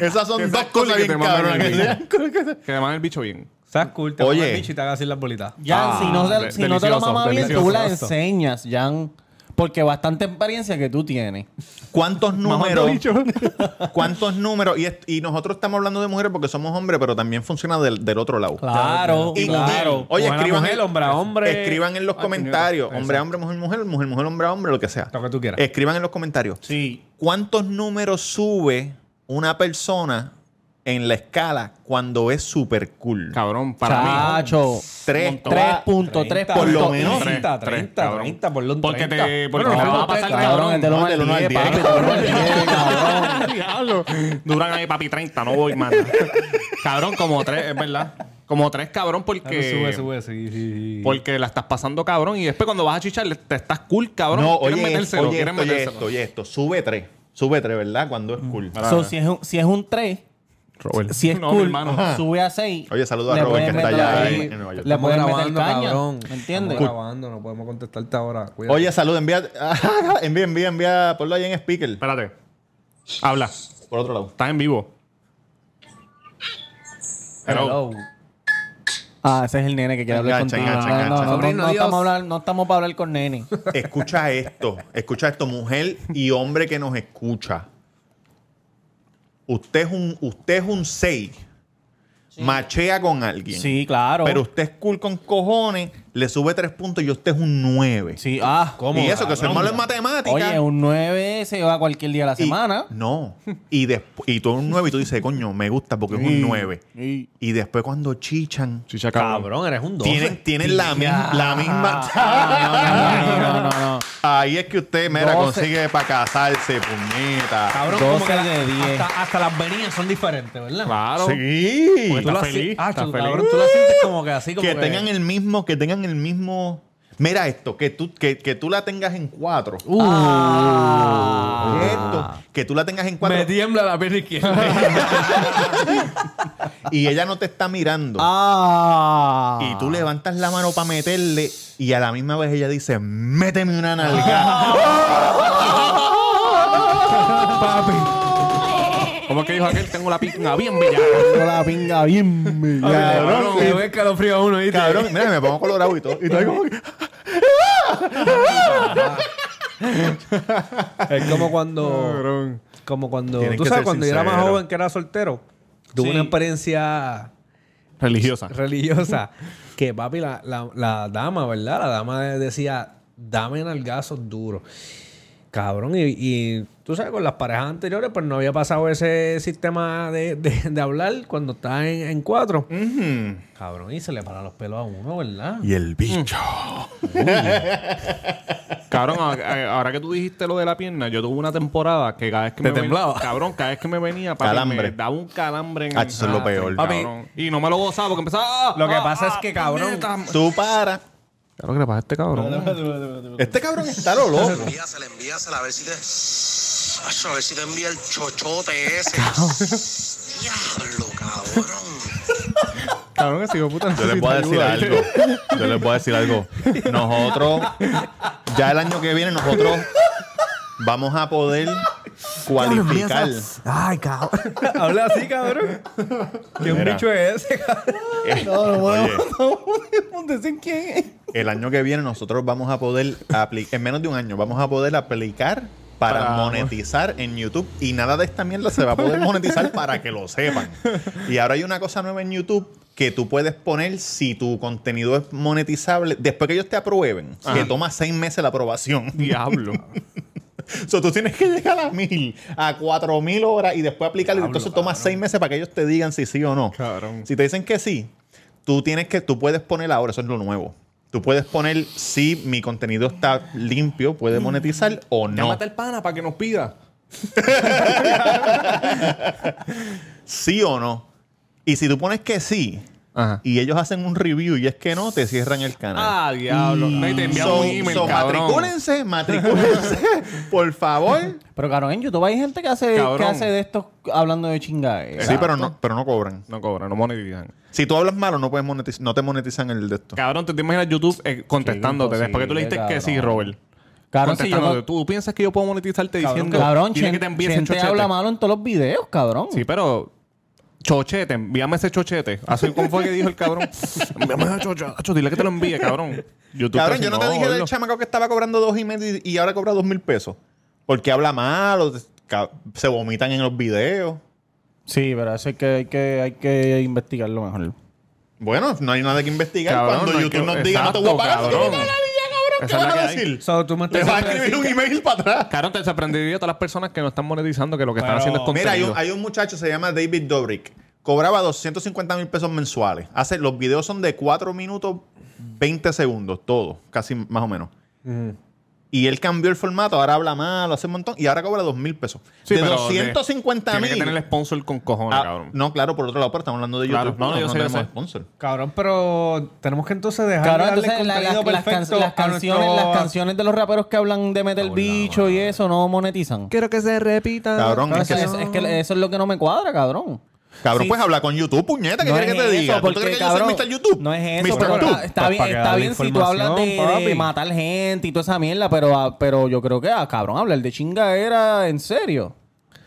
A: esas son
C: que
A: dos
C: seas cool y
A: cosas
C: que
A: bien
C: te mamen
A: cabronas. [LAUGHS] que
C: el bicho.
A: sean cool, que sean-
C: que te mamen el bicho bien.
D: Estás cool, te Oye.
A: Oye.
D: el bicho y te hagas así las bolitas.
B: Jan,
C: Ah,
B: si no, te-
C: de-
B: si no te lo
C: delicioso,
B: mamas bien, tú
C: delicioso.
B: la enseñas, Jan. Porque bastante experiencia que tú tienes.
A: ¿Cuántos números?
C: bicho.
A: ¿Cuántos números? Y, es- y nosotros estamos hablando de mujeres porque somos hombres, pero también funciona del, del otro lado.
B: Claro,
A: Y-
B: claro.
A: Oye,
D: Mujer a
A: escriban,
D: mujer, hombre a hombre.
A: escriban en los
C: Ah,
A: comentarios. Hombre a hombre, mujer a mujer, mujer a mujer, hombre a hombre, lo que sea.
D: Lo que tú quieras.
A: Escriban en los comentarios.
B: Sí.
A: ¿Cuántos números sube una persona en la escala cuando es super cool?
C: Cabrón, para mí.
B: Chacho.
A: Tres.
B: Tres puntos, tres
A: por lo
B: punto-
A: menos.
D: 30, 30,
C: cabrón.
D: 30, por lo
C: Porque te. Porque
D: Bueno,
C: te va a
D: no,
C: pasar,
B: Cabrón, este es
C: cabrón.
B: del
A: no, Ah, del uno
B: uno
A: al
B: al
A: diez.
B: diez, papi, del uno al diez, cabrón.
C: Diablo. [LAUGHS] Duran ahí, papi, 30, no voy,
A: [LAUGHS]
C: mano. cabrón, como tres, es verdad. Como tres, cabrón, porque.
D: Sube, sube, sí, sí.
C: Porque la estás pasando, cabrón. Y después cuando vas a chichar, le- te estás cool, cabrón.
A: Ah, No,
C: Quieren
A: oye,
C: metérselo,
A: oye,
C: quieren
A: esto, oye
C: metérselo.
A: esto, oye esto. Sube tres. Sube tres, ¿verdad? Cuando es cool.
B: So, si, es un, si es un 3, si es
C: No, mi
B: cool,
C: hermano.
B: Ajá. [LAUGHS] sube a 6.
A: Oye, saludo a Robert, que está allá en- en Nueva York.
B: Le
D: Estamos
B: pueden meter
D: grabando,
B: caña,
D: cabrón.
B: ¿me entiendes?
D: Estamos grabando, no podemos contestarte ahora. Cuídate.
A: Oye, salud, envía, [LAUGHS] envía, envía, envía, ponlo ahí en speaker.
C: Espérate. Habla.
A: Por otro lado.
C: Estás en vivo. Hello.
D: Hello.
B: Ah, ese es el nene que quiere hablar
A: Engancha,
B: contigo.
A: engancha,
B: No,
A: engancha.
B: no, no, no,
D: Sobrino,
B: no
D: Dios.
B: estamos hablar- no estamos para hablar con nene.
A: Escucha esto, escucha esto, mujer y hombre que nos escucha. Usted es un, usted es un 6. Machea con alguien.
B: Sí, claro.
A: Pero usted es cool con cojones, le sube tres puntos y usted es un 9.
B: sí, ah,
A: y eso, que soy malo en matemáticas.
B: Oye, un 9 se va cualquier día de la
A: Y-
B: semana.
A: no. Y, desp- y tú eres un 9 y tú dices, coño, me gusta porque es un 9.
B: y-
A: Y después cuando chichan,
C: Chicha,
D: Cabrón, eres un 12.
A: tienen, tienen la, mi- la misma...
B: No, no, no, no.
A: Ahí es que usted, mira,
B: Doce.
A: consigue para casarse, puñeta.
D: Cabrón,
B: 12
D: como que la-
B: de 10.
D: Hasta, hasta las venidas son diferentes, ¿verdad?
C: Claro.
A: Sí.
C: Pues,
D: Tú lo
C: Está
D: haces-
C: feliz,
D: Ah,
C: está
D: tú-
C: feliz.
D: cabrón, tú lo sientes como que así como
A: que tengan el mismo, que tengan el mismo. Mira esto, que tú, que, que tú la tengas en cuatro. Esto, que tú la tengas en cuatro
D: Me tiembla la pierna izquierda.
A: y ella no te está mirando.
B: [LAUGHS] Ah.
A: Y tú levantas la mano para meterle y a la misma vez ella dice, méteme una nalga.
C: ¿Cómo es que dijo aquel? Tengo la pinga bien bella.
B: [LAUGHS] Tengo la
D: [LAUGHS]
B: pinga bien. bella.
A: cabrón,
D: Le ve calofrío a uno, ¿viste?
A: cabrón, mira, me pongo colorado y todo. Y todo ahí como que-
D: Es como [LAUGHS] cuando. como cuando.
A: Tienes
D: Tú
A: que
D: sabes,
A: ser
D: cuando yo era más
A: sincero.
D: joven que era soltero, tuve
B: Sí.
D: una experiencia
C: Religiosa.
D: religiosa que papi, la, la- la dama, ¿verdad? La dama decía, dame nalgazos duros. Cabrón, y, y Tú sabes, con las parejas anteriores, pues no había pasado ese sistema de, de- de hablar cuando está en, en cuatro. Cabrón, y se le paran los pelos a uno, ¿verdad?
A: Y el bicho.
C: Cabrón, a- a- ahora que tú dijiste lo de la pierna, yo tuve una temporada que cada vez que
G: ¿Te
C: me venía-
G: temblaba?
C: cabrón, cada vez que me venía papi,
A: Calambre.
C: me daba un calambre en
A: Ah, eso es lo
C: Ah,
A: peor.
C: cabrón. Y no me lo gozaba porque empezaba ah,
D: Lo que
C: ah,
D: pasa
C: ah,
D: es que, cabrón,
C: puñeta.
A: Tú para.
C: Claro que le pasa a este cabrón.
A: Este cabrón está lo loco.
F: Envíasela, envíasela, a ver si te. Acho, a ver si te envía el chochote ese. Diablo, cabrón.
C: Cabrón, ese hijo de puta
A: Yo les voy a decir
C: necesita ayuda,
A: algo. Yo les voy a decir algo. Nosotros, ya el año que viene, nosotros vamos a poder cualificar.
G: Ay, cabrón.
D: habla así, cabrón. ¿Qué un
A: Mira. Eh,
D: bicho es ese, cabrón?
A: Oye,
D: Dicen quién es.
A: el año que viene nosotros vamos a poder aplicar, en menos de un año, vamos a poder aplicar para
C: Para-
A: monetizar en YouTube y nada de esta mierda se va a poder monetizar para que lo sepan. Y ahora hay una cosa nueva en YouTube que tú puedes poner si tu contenido es monetizable después que ellos te aprueben, que toma seis meses la aprobación.
C: Diablo.
A: O sea, tú tienes que llegar a mil, a cuatro mil horas y después aplicarlo. y entonces toma seis meses para que ellos te digan si sí o no.
C: Cabrón.
A: Si te dicen que sí, tú tienes que, tú puedes poner ahora, eso es lo nuevo. Tú puedes poner si mi contenido está limpio, puede
C: Mm.
A: monetizar o no.
C: Llámate al pana para que nos pida.
A: Sí o no. Y si tú pones que sí,
C: Ajá.
A: y ellos hacen un review y es que no, te cierran el canal.
C: Ah, diablo. No, y te envía
A: So-
C: un email,
A: so,
C: cabrón.
A: matricúlense, matricúlense, [LAUGHS] por favor.
B: Pero cabrón, en YouTube hay gente que hace,
C: Cabrón.
B: que hace de esto hablando de chingaderas.
A: Sí, pero no, pero no cobran.
C: No cobran, no monetizan.
A: Si tú hablas malo, no puedes monetizar, no te monetizan el de esto.
C: Cabrón, ¿te, te imaginas YouTube eh, contestándote
B: Sí,
C: después que tú le dijiste
B: imposible,
C: que sí,
B: cabrón.
C: Robert?
B: Cabrón, si yo
C: Contestándote. ¿Tú piensas que yo puedo monetizarte
B: Cabrón,
C: diciendo
B: cabrón,
C: "Dile que
B: Chen-
C: te envíe ese
B: Chen te
C: chochete?
B: habla malo en todos los videos, cabrón.
C: Sí, pero chochete, envíame ese chochete. Así como fue que dijo
B: [LAUGHS]
C: el cabrón. envíame ese chochete, dile que te lo envíe, cabrón. YouTube
A: Cabrón,
C: te
A: yo no
C: dice,
A: te dije del
C: gordo.
A: chamaco que estaba cobrando dos y medio y- y ahora cobra dos mil pesos. Porque habla mal, o te- ca- se vomitan en los videos.
B: Sí, pero eso hay que, hay que, hay que investigarlo mejor.
A: Bueno, no hay nada que investigar.
C: Cabrón,
A: Cuando
C: no hay
A: YouTube
C: que-
A: nos diga, no te voy a
C: Exacto,
A: pagar, no te voy a
C: cabrón.
A: pagar la vida, cabrón. ¿Qué
C: Esa es
A: van
C: la
A: a
C: que hay.
A: decir?
D: So, tú me estás
A: Te vas a
D: diciendo
A: escribir un email para atrás.
C: Cabrón, te sorprendería a todas las personas que no están monetizando que lo que
D: Pero-
C: están haciendo es
A: Mira,
C: contenido.
A: hay un, hay un muchacho, se llama David Dobrik. Cobraba 250 mil pesos mensuales. Hace, los videos son de 4 minutos 20 segundos, todo, casi más o menos. Y él cambió el formato, ahora habla mal, lo hace un montón, y ahora cobra 2 mil pesos.
C: Sí,
A: de
C: pero
A: 250
C: Tiene que tener el
A: mil. Ah,
C: sponsor con cojones, cabrón.
A: no, claro, por otro lado, pero estamos hablando de
C: Claro,
A: YouTube.
C: no, no, yo sé, yo
A: tenemos
C: sé.
A: sponsor.
D: Cabrón, pero tenemos que entonces dejar
B: Cabrón,
D: de darle
B: entonces la- la-
D: contenido
B: las, can-
D: perfecto
B: las
D: a
B: canciones,
D: nuestro-
B: las canciones de los raperos que hablan de meter el bicho y eso no monetizan.
C: Quiero que se repita.
A: Cabrón,
B: Cabrón,
A: es que,
B: Ah, eso- es, es que eso es lo que no me cuadra, cabrón.
A: cabrón
B: Sí,
A: pues habla con YouTube, puñeta, ¿qué
B: No
A: quieres
B: es
A: que te
B: eso,
A: diga? ¿Tú te
B: porque,
A: crees que
B: cabrón,
A: yo soy Mr. YouTube?
B: No es eso,
A: Mr.
B: pero
A: YouTube.
B: está, está
D: Pa-
B: bien,
D: para que
B: está
D: dale
B: bien si tú hablas de,
D: información,
B: de
D: papi.
B: matar gente y toda esa mierda, pero, ah, pero yo creo que, ah, cabrón, hablar de chingadera en serio.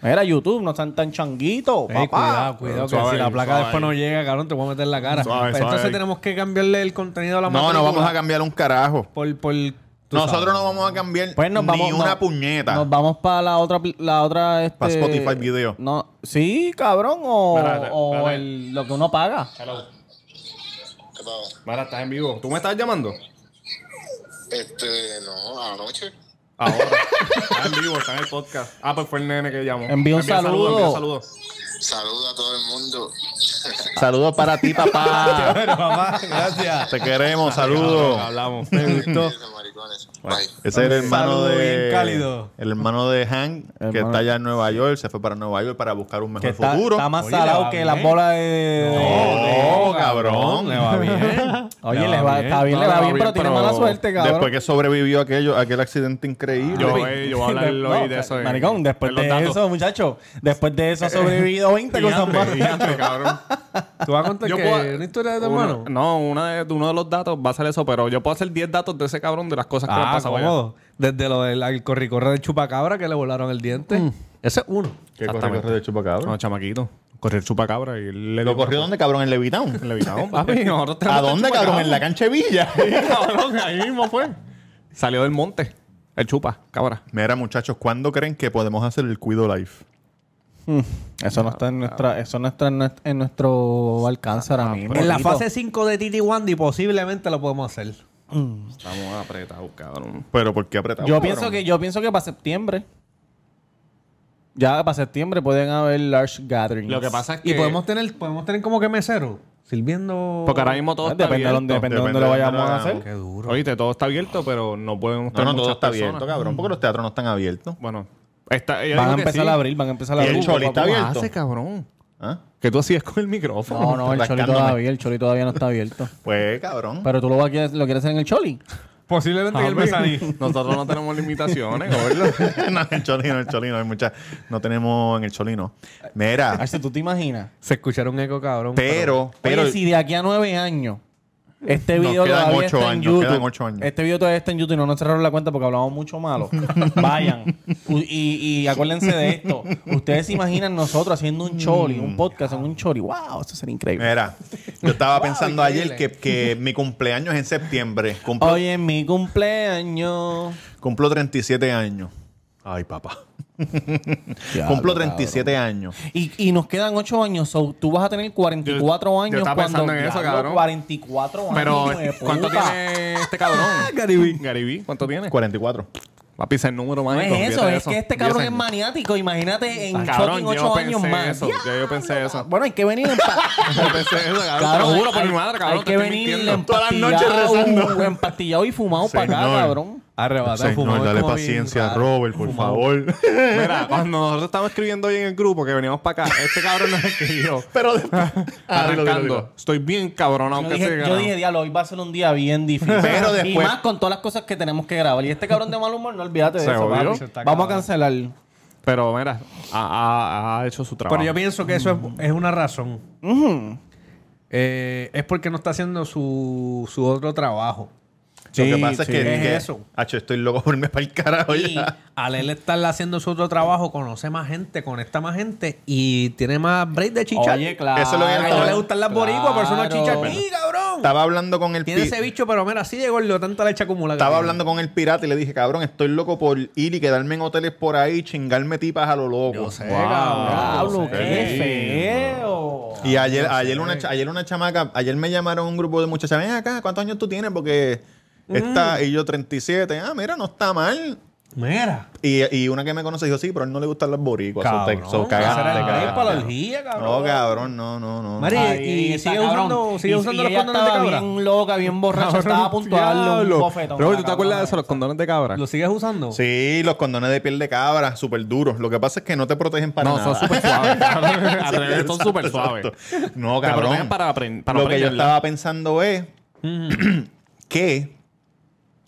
B: Era YouTube, no están tan changuitos,
D: Ey,
B: papá.
D: cuidado, cuidado, que
C: Suave,
D: si la placa
C: suave.
D: después no llega, cabrón, te voy a meter en la cara.
C: Suave,
D: Pues Entonces
C: suave.
D: tenemos que cambiarle el contenido a la
A: No, no vamos
D: matrícula
A: a cambiar un carajo.
D: Por, por, tú
A: Nosotros
D: sabes.
A: no vamos a cambiar
B: Pues nos
A: ni
B: vamos,
A: una
B: no-
A: puñeta.
B: Nos vamos para la otra, pl- la otra, este...
A: Pa' Spotify Video.
B: No, sí, cabrón, o,
C: Espérate,
B: o
C: espérate.
B: el- lo que uno paga.
C: Hello. Mara, estás en vivo. ¿Tú me estás llamando?
E: Este, no, anoche.
C: Ahora. está en vivo, está en el podcast. Ah, pues fue el nene que llamó.
B: Envía un saludo.
C: envía un saludo.
E: Saluda a todo el mundo.
A: Saludos para ti, papá.
D: [LAUGHS] Pero, papá,
A: [LAUGHS]
D: gracias.
A: Te queremos, saludos.
C: Hablamos.
D: Me gustó.
E: Esos maricones. Bye.
A: Ese es el hermano
D: Saludo
A: de.
D: bien cálido.
A: El hermano de Hank, que
B: Hermano.
A: está allá en Nueva York. Se fue para Nueva York para buscar un mejor
B: Está,
A: futuro.
B: está más
D: Oye, le
B: salado
D: va
B: que
D: bien.
B: las bolas de...
A: No, cabrón.
D: Le va bien.
B: Oye, le va, está bien,
C: No,
B: le va
C: le va
B: bien, pero
C: bien,
B: tiene
C: pero
B: mala suerte, Este cabrón.
A: Después que sobrevivió aquello, aquel accidente increíble.
C: Yo, eh, yo voy a
B: [LAUGHS]
C: hablar
B: No,
C: hoy de eso. eh, en-
B: Maricón, después
C: en los
B: de
C: datos.
B: eso, muchacho, después de eso ha
C: [LAUGHS]
B: sobrevivido 20 cosas
C: Diantre,
B: más.
C: diantre, cabrón.
D: ¿Tú vas a contar
C: Yo
D: que
C: puedo-
D: una historia de tu
C: Uno-
D: hermano?
C: No, una de, uno de los datos va a ser eso, pero yo puedo hacer 10 datos de ese cabrón de las cosas que le han
D: Ah,
C: pasado. allá.
D: cómodo. Desde lo del el corricorre del chupacabra que le volaron el diente.
B: Mm.
D: Ese es uno.
A: ¿Qué corre, corre de chupacabra?
C: No, chamaquito. Corrió el chupacabra y él le
A: ¿Lo corrió dónde, cabrón? En Levitown.
C: Levitado, papi. Nosotros tenemos
A: ¿A
C: el
A: dónde,
C: chupacabra.
A: cabrón? En la cancha de Villa.
C: cabrón, ahí mismo fue. Salió del monte. El chupa, cabra.
A: Mira, muchachos, ¿cuándo creen que podemos hacer el Cuido Live?
B: Eso no está en nuestra, eso no está en, nues- en nuestro alcance
C: Ah,
B: ahora mismo.
D: En la
B: Tito.
D: fase 5 de Titi Wandy posiblemente lo podemos hacer.
C: Estamos apretados, cabrón.
A: Pero ¿por qué apretamos?
B: Yo
A: cabrón?
B: pienso que, yo pienso que para septiembre. Ya para septiembre pueden haber large gatherings.
C: Lo que pasa es que.
D: Y podemos tener, podemos tener como que mesero sirviendo.
C: Porque ahora mismo todo está
B: Depende de
C: abierto.
B: dónde, depende de
A: Depende
B: dónde lo
A: de dónde lo
B: vayamos a
A: hagamos.
B: hacer.
D: Qué duro.
C: Oíste, todo está abierto, pero no podemos
A: No,
C: tener
A: no,
C: muchas
A: todo está
C: personas.
A: abierto, cabrón. Porque los teatros no están abiertos.
C: Bueno, está, ella
B: Van a
C: dijo que
B: empezar
C: sí.
B: a abrir, van a empezar a
A: Y el
B: abrir.
A: Choli
B: poco a
A: está
B: poco.
A: abierto.
C: hace, cabrón?
A: ¿Ah?
C: ¿Qué tú hacías con el micrófono?
B: No,
C: [LAUGHS]
B: no, el Choli
A: Rascándome.
B: todavía, el Choli todavía no está abierto.
A: Pues, cabrón.
B: Pero tú lo, vas a querer- lo quieres hacer en el Choli.
D: Posiblemente que él me salí.
C: Nosotros no tenemos limitaciones, gordo.
A: [LAUGHS] no, en el Cholino, en el Cholino. Hay mucha... No tenemos en el Cholino. Mira,
B: Arce, Ah, ¿tú te [LAUGHS] imaginas?
D: Se escucharon eco, cabrón.
A: pero, pero,
B: Oye, si de aquí a nueve años este
A: Nos
B: video
A: quedan
B: todavía
A: ocho
B: está en
A: años,
B: YouTube.
A: quedan ocho años.
B: Este video todavía está en YouTube y no nos cerraron la cuenta porque hablamos mucho [LAUGHS] malo. Vayan. U- Y, y acuérdense de esto. Ustedes se imaginan nosotros haciendo un choli, un podcast en un choli. ¡Wow! Eso sería
C: Eh.
B: increíble.
A: mira, yo estaba pensando ayer que, que mi cumpleaños es en septiembre. Cumplo,
B: Hoy es mi cumpleaños.
A: cumplo 37 años. Ay, papá. cumplo 37 años.
B: Y, y nos quedan 8 años. so tú vas a tener 44
C: Yo- yo
B: años
C: estaba
B: cuando...
C: pensando en eso,
B: Diablo,
C: cabrón.
B: 44
C: [LAUGHS] Pero,
B: años, hijo de
C: ¿cuánto
B: puta.
C: tiene
B: [LAUGHS]
C: este cabrón? Garibí. Garibí, ¿cuánto tiene?
A: 44.
C: Papi, ese es el número
B: No
C: mágico.
B: es eso,
C: olvídate de
B: es que este
C: 10
B: cabrón es
C: años. Ah,
B: maniático. Imagínate en
C: Cabrón,
B: fucking
C: yo
B: 8
C: pensé
B: años más.
C: eso, yo- yo pensé eso.
B: Bueno, hay que venir en pa- [LAUGHS]
C: Yo pensé eso, cabrón, te lo juro por
B: hay-
C: mi madre, cabrón.
B: Hay
C: te
B: que
C: estoy
B: venir
C: mintiendo.
B: empastillado, [LAUGHS] empastillado y fumado para acá,
A: Señor.
B: cabrón.
D: Arrebatado,
A: Señor,
D: fumado,
A: dale
D: como bien
A: paciencia a
D: raro.
A: Robert, por favor. [LAUGHS]
C: Mira, cuando nosotros estábamos escribiendo hoy en el grupo que veníamos para acá, este cabrón nos escribió.
A: Pero después... Ah, dilo, dilo,
C: Arrancando.
A: dilo.
C: Estoy bien cabrón,
B: Yo
C: aunque
B: dije, yo dije, diablo, hoy va a ser un día bien difícil.
A: Pero
B: Y
A: después-
B: más con todas las cosas que tenemos que grabar. Y este cabrón de mal humor, no olvídate de
C: Se
B: eso,
C: odió.
B: papi.
D: Se está
B: Vamos a
D: acabando.
B: cancelar.
C: Pero mira, ha, ha- ha hecho su trabajo.
D: Pero yo pienso que eso es, es una razón. Eh, es porque no está haciendo su, su otro trabajo.
A: Lo que pasa es que...
D: es
A: dije,
D: eso.
A: "Acho, estoy loco por irme para el carajo
D: Y
A: ya".
D: al él estar haciendo su otro trabajo, conoce más gente, conecta más gente y tiene más break de chicha.
B: Oye, claro.
A: Eso es lo que
D: a él no Ah, le gustan las boricuas, por eso no chicha
B: Claro.
D: aquí, cabrón.
A: Estaba hablando con el...
D: Tiene
A: pi-
D: ese bicho, pero mira, así de gordo, tanta leche acumulada. que
A: Estaba
D: tiene.
A: hablando con el pirata y le dije, cabrón, estoy loco por ir y quedarme en hoteles por ahí, chingarme tipas a lo loco.
C: Wow. Ah,
B: Diablo,
A: Sí.
B: qué feo.
A: Y ayer, ayer, una, cha- ayer una chamaca, ayer me llamaron un grupo de muchachas, ven acá, ¿cuántos años tú tienes? Porque
D: Mm.
A: está, y yo 37, ah, mira, no está mal.
D: Mira.
A: Y, y una que me conoce dijo, sí, pero a él no le gustan las boricuas. So, te- so,
D: Cabrón,
A: cagaste,
D: ese era el
A: cagaste.
D: break para la orgía, cabrón.
A: No, cabrón, no, no, no.
D: Mari-
B: Ay,
D: y
B: está,
D: sigue
B: cabrón.
D: usando- sigue
B: Y-
D: usando
B: y
D: los
B: ella
D: condones de
B: estaba
D: cabra.
B: bien loca, bien borracha. Estaba a punto de darle un
C: Diablo.
B: bofetón.
C: Robert,
B: a
C: ¿tú te
B: la
C: acuerdas de
B: cabrona
C: eso? Los condones de cabra.
D: ¿Lo sigues usando?
A: Sí, los condones de piel de cabra, súper duros. Lo que pasa es que no te protegen para
C: no,
A: nada.
C: son
A: [LAUGHS]
C: súper suaves. [LAUGHS]
B: [LAUGHS]
C: Al revés, son
A: Exacto,
C: súper suaves.
A: exacto. No,
C: Te
A: cabrón.
C: protegen para apren- para
A: Lo que yo
C: aprenderla.
A: estaba pensando es [CLEARS THROAT] que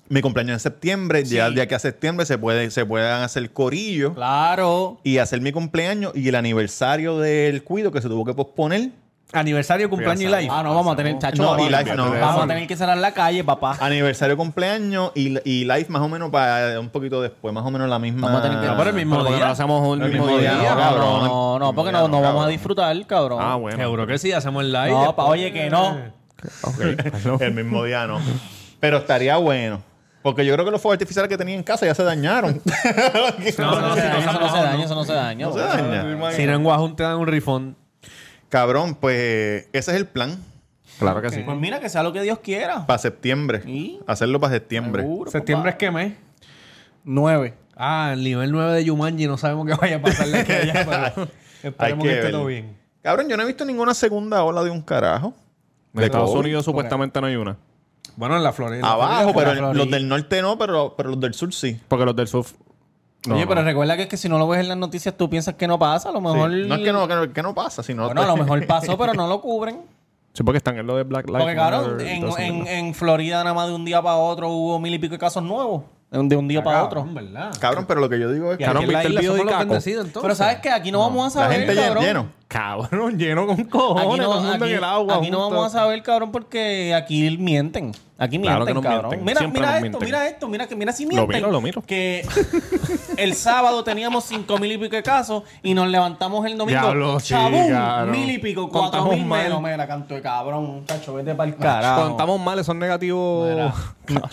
A: mi cumpleaños en septiembre, ya de aquí a septiembre se, puede, se puedan hacer corillo
B: Claro.
A: y hacer mi cumpleaños y el aniversario del cuido que se tuvo que posponer.
D: Aniversario, cumpleaños y live.
B: Ah, no, vamos a tener, chacho.
A: No,
B: vamos,
A: y live, no.
B: vamos a tener que cerrar la calle, papá.
A: Aniversario, cumpleaños y, y live más o menos para un poquito después, más o menos la misma.
B: Vamos a tener que- No, pero el
C: Pero porque no lo hacemos el
A: El
C: mismo
A: mismo
C: día.
A: día,
C: no,
A: cabrón.
B: No, no, porque no,
A: Cabrón.
B: no vamos a disfrutar, cabrón.
C: Ah, bueno.
D: Seguro que sí, hacemos el live. Eh.
B: No,
D: después.
B: pa, oye, que no.
A: El mismo día no. Pero estaría bueno. Porque yo creo que los fuegos artificiales que tenía en casa ya se
B: [LAUGHS]
A: dañaron.
B: No, eso no se daña, eso no se daña, eso no se daña.
A: No se daña.
D: Si no en Guajón te dan un rifón.
A: Cabrón, pues ese es el plan.
C: Claro que sí.
B: Pues mira, que sea lo que Dios quiera.
A: Para septiembre.
B: ¿Y?
A: Hacerlo para septiembre.
B: Seguro,
D: ¿Septiembre es
B: papá.
D: qué mes?
B: Nueve.
D: Ah, el nivel 9 de Yumanji. No sabemos qué vaya a pasar de aquí a allá,
A: [LAUGHS]
D: pero
A: Hay
D: esperemos que, esté
A: ver.
D: todo bien.
A: Cabrón, yo no he visto ninguna segunda ola de un carajo.
C: En Estados Unidos supuestamente no hay una.
D: Bueno, en la Florida.
A: Abajo, pero
D: en la
A: el- los del norte no, pero, pero los del sur sí.
C: Porque los del surf. No,
B: Oye,
C: no.
B: pero recuerda que es que si no lo ves en las noticias, tú piensas que no pasa. A lo
A: Sí.
B: mejor.
A: No es que no, que no, que no pasa, sino.
B: Bueno, a lo mejor pasó, pero no lo
C: [LAUGHS]
B: cubren.
C: Sí, porque están en lo de Black Lives
B: Porque, cabrón,
C: Matter y
B: en,
C: todo eso,
B: en-
C: ¿verdad?
B: en Florida nada más de un día para otro hubo mil y pico de casos nuevos. De un, de un día para otro.
D: Ah, ¿verdad?
A: [LAUGHS] Cabrón, pero lo que yo digo es que.
C: Cabrón,
D: Aquí en la
C: ¿viste el
D: isla
C: video de
D: somos los
C: Caco?
D: bendecidos, entonces.
B: Pero sabes que aquí no vamos a
A: la
B: saber.
A: gente
B: cabrón.
A: lleno.
C: Cabrón, lleno con cojones.
B: Aquí
C: todo el
B: no,
C: mundo
B: aquí-
C: en el agua.
B: aquí no
C: junto.
B: vamos a saber, cabrón, porque aquí mienten. Aquí
C: Claro
B: mienten,
C: que nos
B: cabrón.
C: mienten.
B: Mira,
C: Siempre
B: mira
C: nos
B: esto,
C: mienten.
B: mira esto, mira que mira si
C: Lo
B: mienten.
C: miro, lo miro.
B: Que [LAUGHS] el sábado teníamos cinco mil y pico de casos y nos levantamos el domingo.
C: Diablo, sí,
B: ¡Chabum!
C: cabrón.
B: Mil y pico, cuatro
C: Contamos
B: mil
C: mal.
B: menos. Mira, canto de cabrón, cacho, vete para el carajo.
C: Contamos mal, son negativos.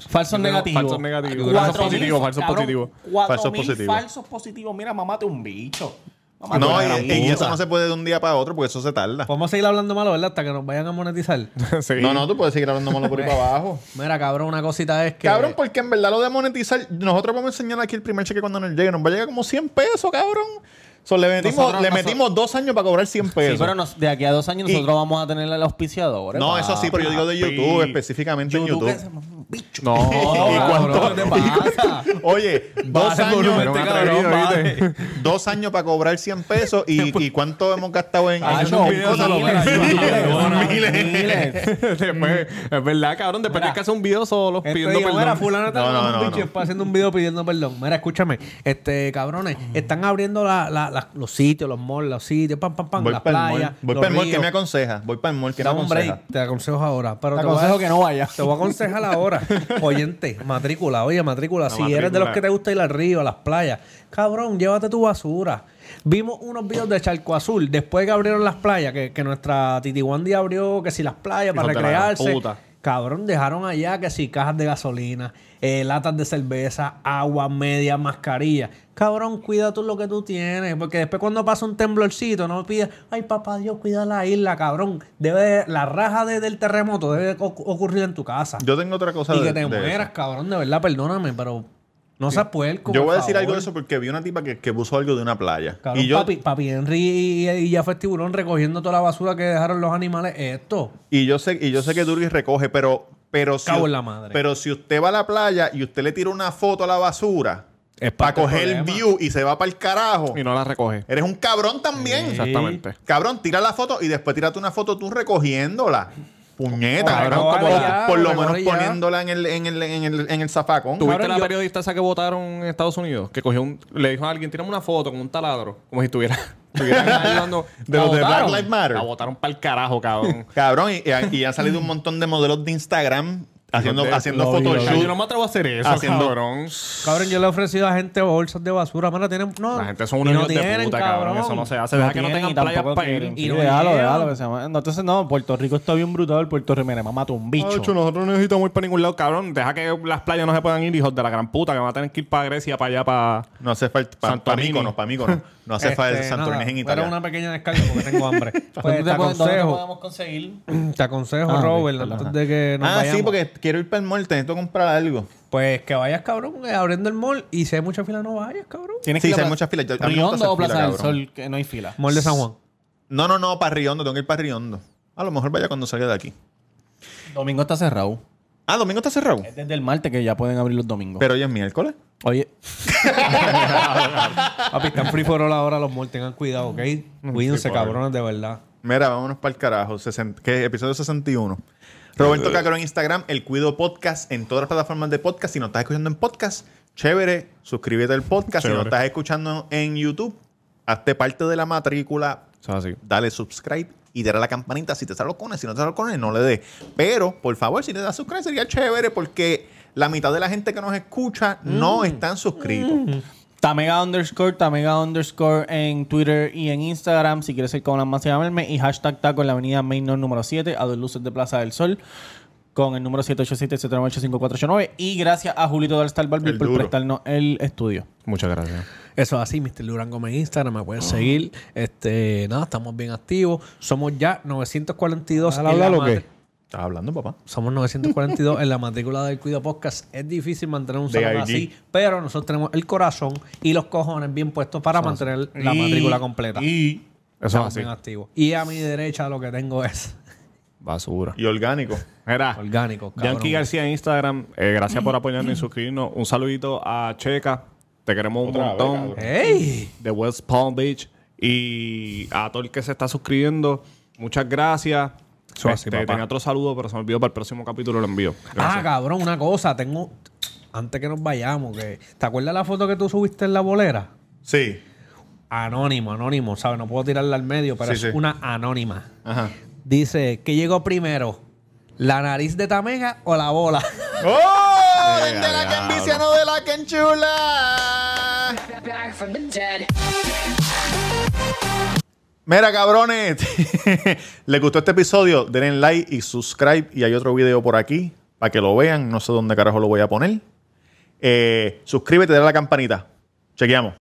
B: Falsos
C: Yo creo
B: negativos.
C: falsos negativos.
B: Cuatro
C: Falsos
B: mil,
C: positivos, falsos
B: cabrón,
C: positivos.
B: cuatro
A: Falsos
B: mil
A: positivos.
B: falsos positivos. Mira, mamate un bicho. Mamá,
A: No,
B: tú
A: y,
B: eres una
A: y eso
B: puta.
A: no se puede de un día para otro porque eso se tarda.
D: Podemos seguir hablando malo, ¿verdad? Hasta que nos vayan a monetizar.
C: [LAUGHS] Sí.
A: No, no, tú puedes seguir hablando malo
B: [LAUGHS]
A: por ahí para abajo.
D: Mira, cabrón, una cosita es que.
A: Cabrón, porque en verdad lo de monetizar, nosotros vamos a enseñar aquí el primer cheque cuando nos llegue. Nos va a llegar como 100 pesos, cabrón. So, le metimos,
B: Nosotros-
A: le
B: nosotros-
A: metimos dos años para cobrar 100
B: Sí,
A: pesos.
B: pero nos- de aquí a dos años
A: Y-
B: nosotros vamos a tener el auspiciador. ¿eh?
A: no, eso sí, pero yo digo de YouTube,
C: Papi.
A: específicamente en YouTube.
B: YouTube. es- bicho. [LAUGHS]
C: No,
D: Oh,
A: ¿Y cuánto?
B: ¿Qué te pasa?
D: [LAUGHS]
A: Oye, [LAUGHS] dos
D: Baja el volumen,
A: años,
D: este
C: atrevido,
D: cabrón, baja.
A: dos años para cobrar 100 pesos y, y cuánto hemos gastado
D: [LAUGHS]
A: en...
B: Ah,
A: en-
B: no,
A: en
B: un
A: cosas
B: video
A: locas.
B: solo,
A: Miles.
B: miles.
C: [LAUGHS] Después, es verdad, cabrón. Después tienes que hacer un video solo
D: Gente
C: pidiendo
D: dijo, mira,
C: perdón.
D: fulana está
A: No, no,
D: hablando un
A: no,
D: bicho
A: no.
D: y está haciendo un video pidiendo perdón. Mira, escúchame. Este, cabrones, están abriendo la- la- la- los sitios, los malls, los sitios, pam, pam, pam,
A: Voy
D: las
A: para el
D: playas,
A: mall. Voy
D: los
A: para el mall, ¿qué
D: ríos.
A: me aconseja? Voy para el mall, ¿qué me
D: Dame un
A: aconseja?
D: break. Te aconsejo ahora. Pero
B: Te
D: te,
B: aconsejo
D: voy a,
B: que no vayas.
D: Te voy a aconsejar
C: [LAUGHS]
D: ahora. Oyente, matrícula. Oye, matrícula. si eres de
C: matrícula.
D: los que te gusta ir al río, a las playas, cabrón, llévate tu basura. Vimos unos videos de Charco Azul después que abrieron las playas, que, que nuestra Titi Wandy abrió, que si las playas para
C: de la gran
D: recrearse.
C: puta.
D: Cabrón, dejaron allá que si cajas de gasolina, eh, latas de cerveza, agua media, mascarilla. Cabrón, cuida tú lo que tú tienes, porque después cuando pasa un temblorcito, no pides, ay papá Dios, cuida la isla, cabrón. Debe de- la raja de- del terremoto debe de oc- ocurrir en tu casa.
A: Yo tengo otra cosa
D: y
A: de-
D: que te
A: de eso.
D: mueras, cabrón, de verdad, perdóname, pero no seas puerco.
A: Yo
D: por
A: voy a decir
D: favor.
A: algo de eso porque vi una tipa que, que puso algo de una playa.
D: Cabrón,
A: y yo,
D: papi, papi Henry y, y ya fue tiburón recogiendo toda la basura que dejaron los animales. Esto.
A: Y yo sé, y yo sé que Durgis recoge, pero, pero si.
D: Cago en la madre.
A: Pero si usted va a la playa y usted le tira una foto a la basura
D: Es
A: para
D: parte del
A: coger el
D: problema.
A: view y se va para el carajo.
C: Y no la recoge.
A: Eres un cabrón también.
C: Exactamente.
A: Cabrón, tira la foto y después tírate una foto tú recogiéndola. Puñeta,
D: O
A: cabrón.
D: recoge
A: como-
D: ya,
A: por
D: o
A: lo
D: recoge
A: menos
D: ya.
A: poniéndola en el, en el, en el, en el zafacón.
C: ¿Tuviste
D: Cabrón,
C: la
D: yo-
C: periodista esa que votaron en Estados Unidos? Que cogió un, le dijo a alguien, tírame una foto con un taladro. Como si estuviera, [LAUGHS]
B: [LAUGHS]
C: estuviera ayudando.
A: De
C: La
A: los de Black
C: votaron.
A: Lives Matter.
C: La votaron para el
A: [LAUGHS]
C: carajo, cabrón.
A: Cabrón, y, y- y han salido un montón de modelos de Instagram haciendo, haciendo
C: Yo no
A: photoshoot.
C: me atrevo a hacer eso,
A: Pues Haciendo-
C: cabrón.
D: Cabrón, yo le he ofrecido a gente bolsas de basura. Mano, tienen. No,
C: La gente son unos
D: y no
C: hijos de
D: tienen,
C: puta, cabrón. Eso no se hace. Deja que no
B: tienen
C: tengan
B: pues, y
C: playas
B: tampoco
C: para
B: quieren.
C: ir.
B: Sí,
D: Este, no
B: déjalo,
D: llegan.
B: déjalo, pues. que se va- no, Entonces, no, Puerto Rico está bien brutal. Puerto Rico, mira, mata un bicho.
C: Ocho, nosotros no necesitamos ir para ningún lado, cabrón. Deja que las playas no se puedan ir, hijos de la gran puta, que van a tener que ir para Grecia, para allá, para.
A: No hace falta. Para pa
C: Santorini.
A: Míconos, para Míconos. No hace falta Santorini en Italia.
D: Era este, una pequeña descarga porque tengo hambre.
B: ¿Dónde
D: pues te
B: te pueden- dónde te
D: aconsejo,
B: podemos conseguir?
D: te aconsejo,
B: Ah,
D: Robert,
B: Víctor,
D: antes
B: ajá.
D: de que nos
A: ah,
D: vayamos.
A: sí, porque quiero ir para el mall, necesito comprar algo.
D: Pues que vayas, cabrón, eh, abriendo el mall y si hay mucha fila, no vayas, cabrón.
B: Tienes
A: Sí,
B: ir a
A: sí, hay
B: Pla-
A: muchas filas. Yo- a mí me gusta
B: Riondo
A: hacer
B: o Plaza
A: fila,
B: del
A: cabrón.
B: Sol, que no hay fila.
D: Mall de San Juan.
A: No, no, no, para Riondo, tengo que ir para Riondo. A lo mejor vaya cuando salga de aquí.
B: Domingo está cerrado.
A: Ah, domingo está cerrado.
B: Es desde el martes que ya pueden abrir los domingos.
A: Pero hoy es miércoles.
B: Oye,
D: Papi, están free for all ahora los malls. Tengan cuidado, ¿ok? Cuídense, cabrones, de verdad.
A: Mira, vámonos para el carajo. Sesen- ¿qué? Episodio 61. Roberto Cacaro en Instagram, el Cuido Podcast en todas las plataformas de podcast. Si no estás escuchando en podcast, chévere, suscríbete al podcast. Si no
C: Chévere.
A: estás escuchando en YouTube, hazte parte de la matrícula
C: Eso es así.
A: dale subscribe y dale a la campanita si te salen los cones. Si no te salen los cones, no le des. Pero, por favor, si le das subscribe sería chévere porque la mitad de la gente que nos escucha no están suscritos.
B: Tamega underscore, Tamega underscore en Twitter y en Instagram. Si quieres ser con las más, llamarme. Y hashtag taco en la avenida Main North número 7, a dos luces de Plaza del Sol. Con el número 787-798-5489. Y gracias a Julito del Star Barbie
A: El
B: por
A: duro.
B: prestarnos el estudio.
C: Muchas gracias.
D: Eso es así, Mr. Durango en Instagram, me pueden seguir. Este, nada, estamos bien activos. Somos ya 942 en la
G: hablar o qué?
D: matri-
A: ¿Estás hablando, papá?
D: Somos 942 en la matrícula del Cuido Podcast. Es difícil mantener un
A: De
D: salón
A: IG.
D: así, pero nosotros tenemos el corazón y los cojones bien puestos para mantener la
B: Y-
D: matrícula completa.
B: Y
C: Eso es
D: Estamos
C: así.
D: bien activos. Y a mi derecha lo que tengo es
C: Basura.
A: Y orgánico.
C: Mira,
D: orgánico. cabrón.
C: Yankee García en Instagram. eh, gracias por apoyarnos y suscribirnos. Un saludito a Checa. Te queremos un
A: Otra vez,
C: montón.
D: Eh.
A: cabrón.
D: ¡Ey!
C: de West Palm Beach y a todo el que se está suscribiendo, muchas gracias.
D: Eso así,
C: Este,
D: papá.
C: tenía otro saludo, pero se me olvidó para el próximo capítulo lo envío.
D: Ah, cabrón, una cosa. Tengo. Antes que nos vayamos, que ¿te acuerdas la foto que tú subiste en la bolera?
A: Sí.
D: Anónimo, anónimo, ¿sabes? No puedo tirarla al medio, pero
A: Sí,
D: es
A: sí.
D: una anónima.
A: Ajá.
D: Dice, ¿qué llegó primero? ¿La nariz de Tamega o la bola? [LAUGHS]
A: ¡Oh! El de la que envicia, no de la que enchula.
E: Back from the dead.
A: Mira, cabrones. [LAUGHS] ¿Les gustó este episodio? Denle like y subscribe. Y hay otro video por aquí para que lo vean. No sé dónde carajo lo voy a poner. Eh, suscríbete, dale a la campanita. Chequeamos.